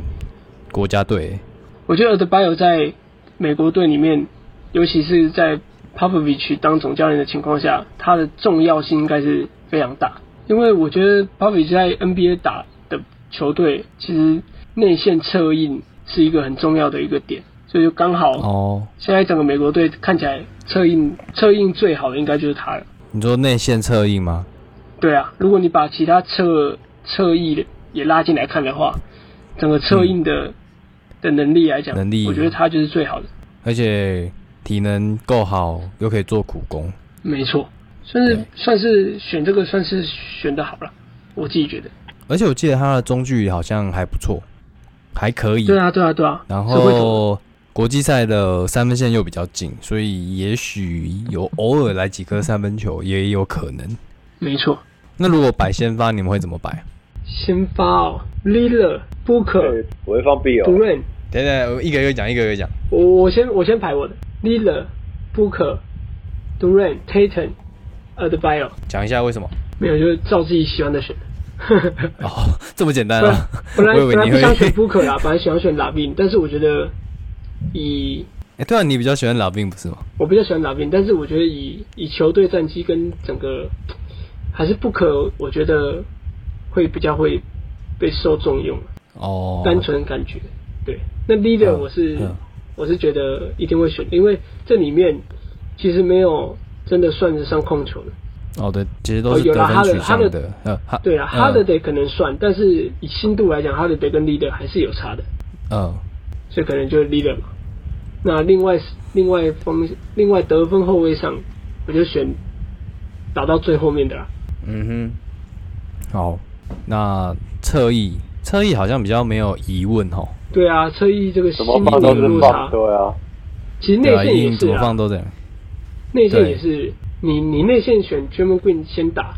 Speaker 1: 国家队欸、
Speaker 2: 我觉得 a d b i o 在美国队里面，尤其是在 Popovich 当总教练的情况下，他的重要性应该是非常大。因为我觉得 Popovich 在 NBA 打的球队，其实内线策应是一个很重要的一个点，所以就刚好
Speaker 1: 哦，
Speaker 2: 现在整个美国队看起来策应策应最好的应该就是他了。
Speaker 1: 你说内线侧翼吗？
Speaker 2: 对啊，如果你把其他侧侧翼的也拉进来看的话，整个策应的、的能力来
Speaker 1: 嗯
Speaker 2: 讲，
Speaker 1: 能力
Speaker 2: 我觉得他就是最好的。
Speaker 1: 而且体能够好，又可以做苦工。
Speaker 2: 没错，算是
Speaker 1: 对
Speaker 2: 算是选这个算是选的好了，我自己觉得。
Speaker 1: 而且我记得他的中距离好像还不错，还可以。
Speaker 2: 对啊，对啊，对啊。
Speaker 1: 然
Speaker 2: 是会投的
Speaker 1: 后国际赛的三分线又比较近，所以也许有偶尔来几颗三分球也有可能。
Speaker 2: 没错。
Speaker 1: 那如果摆先发，你们会怎么摆？
Speaker 2: 先发哦 l i l a Booker、
Speaker 3: 我会放 B 哦
Speaker 2: d u。r a n
Speaker 1: 等等，我一个一个讲，一个一个讲。
Speaker 2: 我我先我先排我的 l i l a Booker、d u r a n Tatum、Adbio，
Speaker 1: 讲一下为什么？
Speaker 2: 没有就是照自己喜欢
Speaker 1: <laughs>
Speaker 2: 的选。
Speaker 1: 哦，这么简单
Speaker 2: 本
Speaker 1: 啊！
Speaker 2: 本来
Speaker 1: 我以为你
Speaker 2: 本来不
Speaker 1: 会
Speaker 2: 想。
Speaker 1: <laughs>
Speaker 2: 选 Booker 啦，本来想要选拉宾，但是我觉得以
Speaker 1: 哎、对啊，你比较喜欢老兵不是吗？
Speaker 2: 我比较喜欢拉宾，但是我觉得以以球队战绩跟整个还是 Booker，我觉得会比较会被受重用，
Speaker 1: 哦，
Speaker 2: 单纯感觉。对，那 Leader
Speaker 1: 嗯
Speaker 2: 我是、
Speaker 1: 嗯
Speaker 2: 我是觉得一定会选，因为这里面其实没有真的算得上控球的。
Speaker 1: 哦，对，其实都是
Speaker 2: 哦有
Speaker 1: 得
Speaker 2: 啦
Speaker 1: 分取
Speaker 2: 哈
Speaker 1: 向
Speaker 2: 勒
Speaker 1: 的。呃，哈
Speaker 2: 对啊
Speaker 1: 嗯
Speaker 2: ，Holiday 可能算，但是以深度来讲，Holiday 跟 Leader 还是有差的。
Speaker 1: 嗯，
Speaker 2: 所以可能就是 leader 嘛。那另外另外方面，另外得分后卫上，我就选打到最后面的啦。
Speaker 1: 嗯哼，好，那侧翼，侧翼好像比较没有疑问哦。
Speaker 2: 对啊，车翼这个
Speaker 3: 怎
Speaker 2: 心
Speaker 3: 么
Speaker 2: 理
Speaker 3: 放
Speaker 2: 的
Speaker 3: 都是
Speaker 2: 落
Speaker 3: 放，
Speaker 2: 差，
Speaker 3: 对啊，
Speaker 2: 其实内
Speaker 1: 对啊，
Speaker 2: 线也
Speaker 1: 硬
Speaker 2: 是
Speaker 1: 怎么
Speaker 2: 啊
Speaker 1: 放，都这样。
Speaker 2: 内线
Speaker 1: 对
Speaker 2: 也是，你你内线选 d r a m o n Green 先打，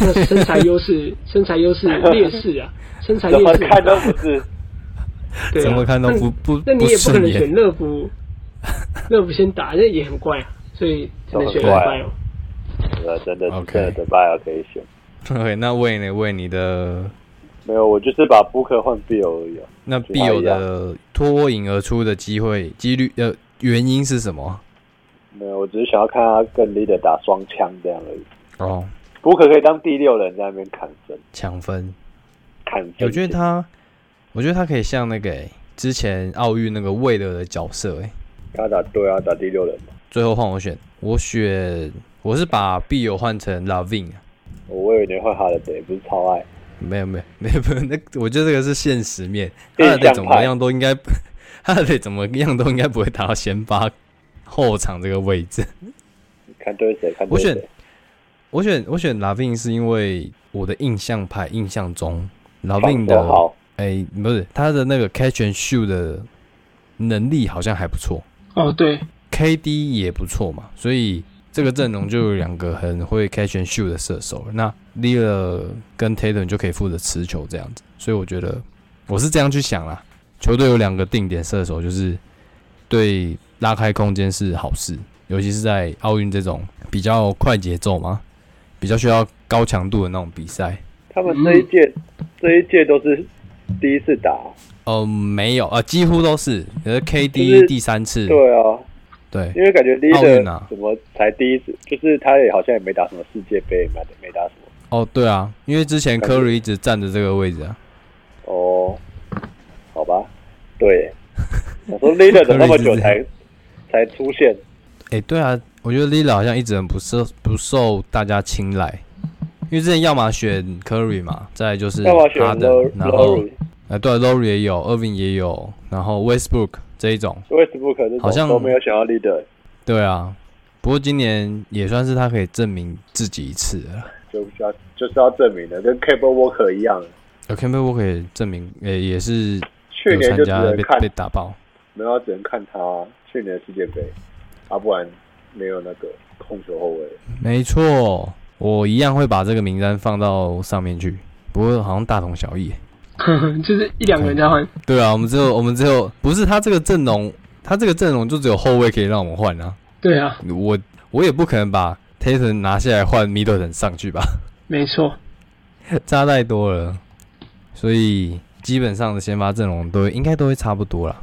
Speaker 2: 那身材优
Speaker 3: <laughs>
Speaker 2: 势身材优势劣势啊，身材
Speaker 3: 怎么
Speaker 2: 劣势啊，
Speaker 3: <laughs> 看都不是。
Speaker 2: 对啊，
Speaker 1: 怎么看都
Speaker 2: 那
Speaker 1: 不不
Speaker 2: 那你
Speaker 1: 不
Speaker 2: 也不可
Speaker 1: 顺
Speaker 2: 能
Speaker 1: 眼
Speaker 2: 选乐福，
Speaker 1: <laughs>
Speaker 2: 乐福先打，那也很怪啊，所以只能选
Speaker 3: 都很怪啊
Speaker 2: Bio。
Speaker 3: 呃，真的
Speaker 1: OK
Speaker 3: 真的德拜尔可以选。
Speaker 1: <laughs> OK，那为呢？为你的
Speaker 3: 没有，我就是把 Booker 换 B 而已、啊。
Speaker 1: 那必有的脱颖而出的机会几率呃原因是什么？
Speaker 3: 没有，我只是想要看他跟 Leader 打双枪这样而已。
Speaker 1: 哦，
Speaker 3: Booker 可以当第六人在那边砍分，
Speaker 1: 抢分。
Speaker 3: 砍分。
Speaker 2: 哎
Speaker 1: 我觉得他，我觉得他可以像那个、欸、之前奥运那个魏德的角色、欸，
Speaker 3: 他打对啊，打第六人嘛。
Speaker 1: 最后换我选，我选我是把必有换成 Lavin，啊
Speaker 3: 我以为你会哈的德，不是超爱。
Speaker 1: 没有没 <laughs> 有没有没有，那我觉得这个是现实面，
Speaker 3: 变
Speaker 1: 他
Speaker 3: 相
Speaker 1: 得怎么
Speaker 3: 派
Speaker 1: 样都应该， <laughs> 他得怎么样都应该不会打到先发后场这个位置。
Speaker 3: 看对谁，看
Speaker 1: 我
Speaker 3: 对
Speaker 1: 选
Speaker 3: 谁。
Speaker 1: 我选我选 Lavin 是因为我的印象派印象中
Speaker 3: 防
Speaker 1: Lavin
Speaker 3: 得
Speaker 1: 的
Speaker 3: 好，
Speaker 1: 哎、不是他的那个 catch and shoot 的能力好像还不错
Speaker 2: 哦，对， <laughs>
Speaker 1: ，KD 也不错嘛，所以这个阵容就有两个很会 catch and shoot 的射手了。那 l e a 跟 Tatum 就可以负责持球这样子，所以我觉得我是这样去想啦。球队有两个定点射手，就是对拉开空间是好事，尤其是在奥运这种比较快节奏嘛，比较需要高强度的那种比赛。
Speaker 3: 他们这一届、
Speaker 1: 嗯
Speaker 3: 这一届都是第一次打。
Speaker 1: 哦，没有啊、呃几乎都是，可是
Speaker 3: 就
Speaker 1: KD
Speaker 3: 是
Speaker 1: 第三次，
Speaker 3: 对啊，
Speaker 1: 对
Speaker 3: 因为感觉
Speaker 1: 奥运啊
Speaker 3: Leader 怎么才第一次，就是他也好像也没打什么世界杯，没没打什么。
Speaker 1: 哦，对啊，因为之前
Speaker 3: 感觉
Speaker 1: Curry 一直站着这个位置啊，
Speaker 3: 哦，好吧，
Speaker 1: <laughs>
Speaker 3: 对，我说 leader 等那么久才才出现，
Speaker 1: 诶，对啊，我觉得 Lila 好像一直很不受不受大家青睐，因为之前要么选 Curry 嘛，再来就是
Speaker 3: 干嘛选
Speaker 1: Harden，
Speaker 3: Lor-
Speaker 1: 然后
Speaker 3: Lowry
Speaker 1: 呃，对 l o r i 也有，Irving 也有，然后 Westbrook 这一种，
Speaker 3: Westbrook 这
Speaker 1: 好像
Speaker 3: 种都没有选到 leader，
Speaker 1: 对啊，不过今年也算是他可以证明自己一次了。
Speaker 3: 就要就是要证明的，跟 Cable Walker 一样，
Speaker 1: 呃 c a m p b e l l 可以证明，诶、也是
Speaker 3: 去
Speaker 1: 有
Speaker 3: 年
Speaker 1: 参
Speaker 3: 就只
Speaker 1: 加
Speaker 3: 能
Speaker 1: 被
Speaker 3: 看，
Speaker 1: 被打爆。
Speaker 3: 没有只能看他去年的世界杯，啊，不然没有那个控球后卫。
Speaker 1: 没错，我一样会把这个名单放到上面去，不过好像大同小异。
Speaker 2: 就是一两个人在换。
Speaker 1: 对啊，我们只有我们只有不是他这个阵容，他这个阵容就只有后卫可以让我们换啊。
Speaker 2: 对啊，
Speaker 1: 我我也不可能把 Tatum 拿下来换 Middleton 上去吧， <laughs>
Speaker 2: 没错。
Speaker 1: 差太多了。所以基本上的先发阵容都应该都会差不多啦。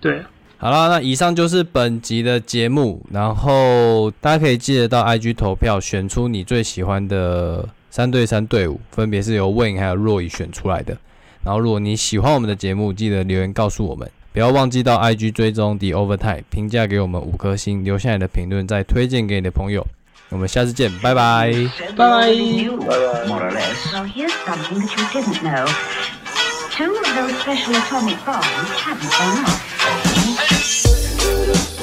Speaker 2: 对，
Speaker 1: 好啦，那以上就是本集的节目，然后大家可以记得到 IG 投票选出你最喜欢的三对三队伍，分别是由 Win 还有若雨选出来的。然后如果你喜欢我们的节目，记得留言告诉我们，不要忘记到 IG 追踪 The Overtime，评价给我们五颗星，留下你的评论，再推荐给你的朋友。我们下次见，拜拜。
Speaker 2: Bye.
Speaker 4: Knew, more or less.
Speaker 5: Well, here's something that you didn't know. Two of those special atomic bombs haven't gone off.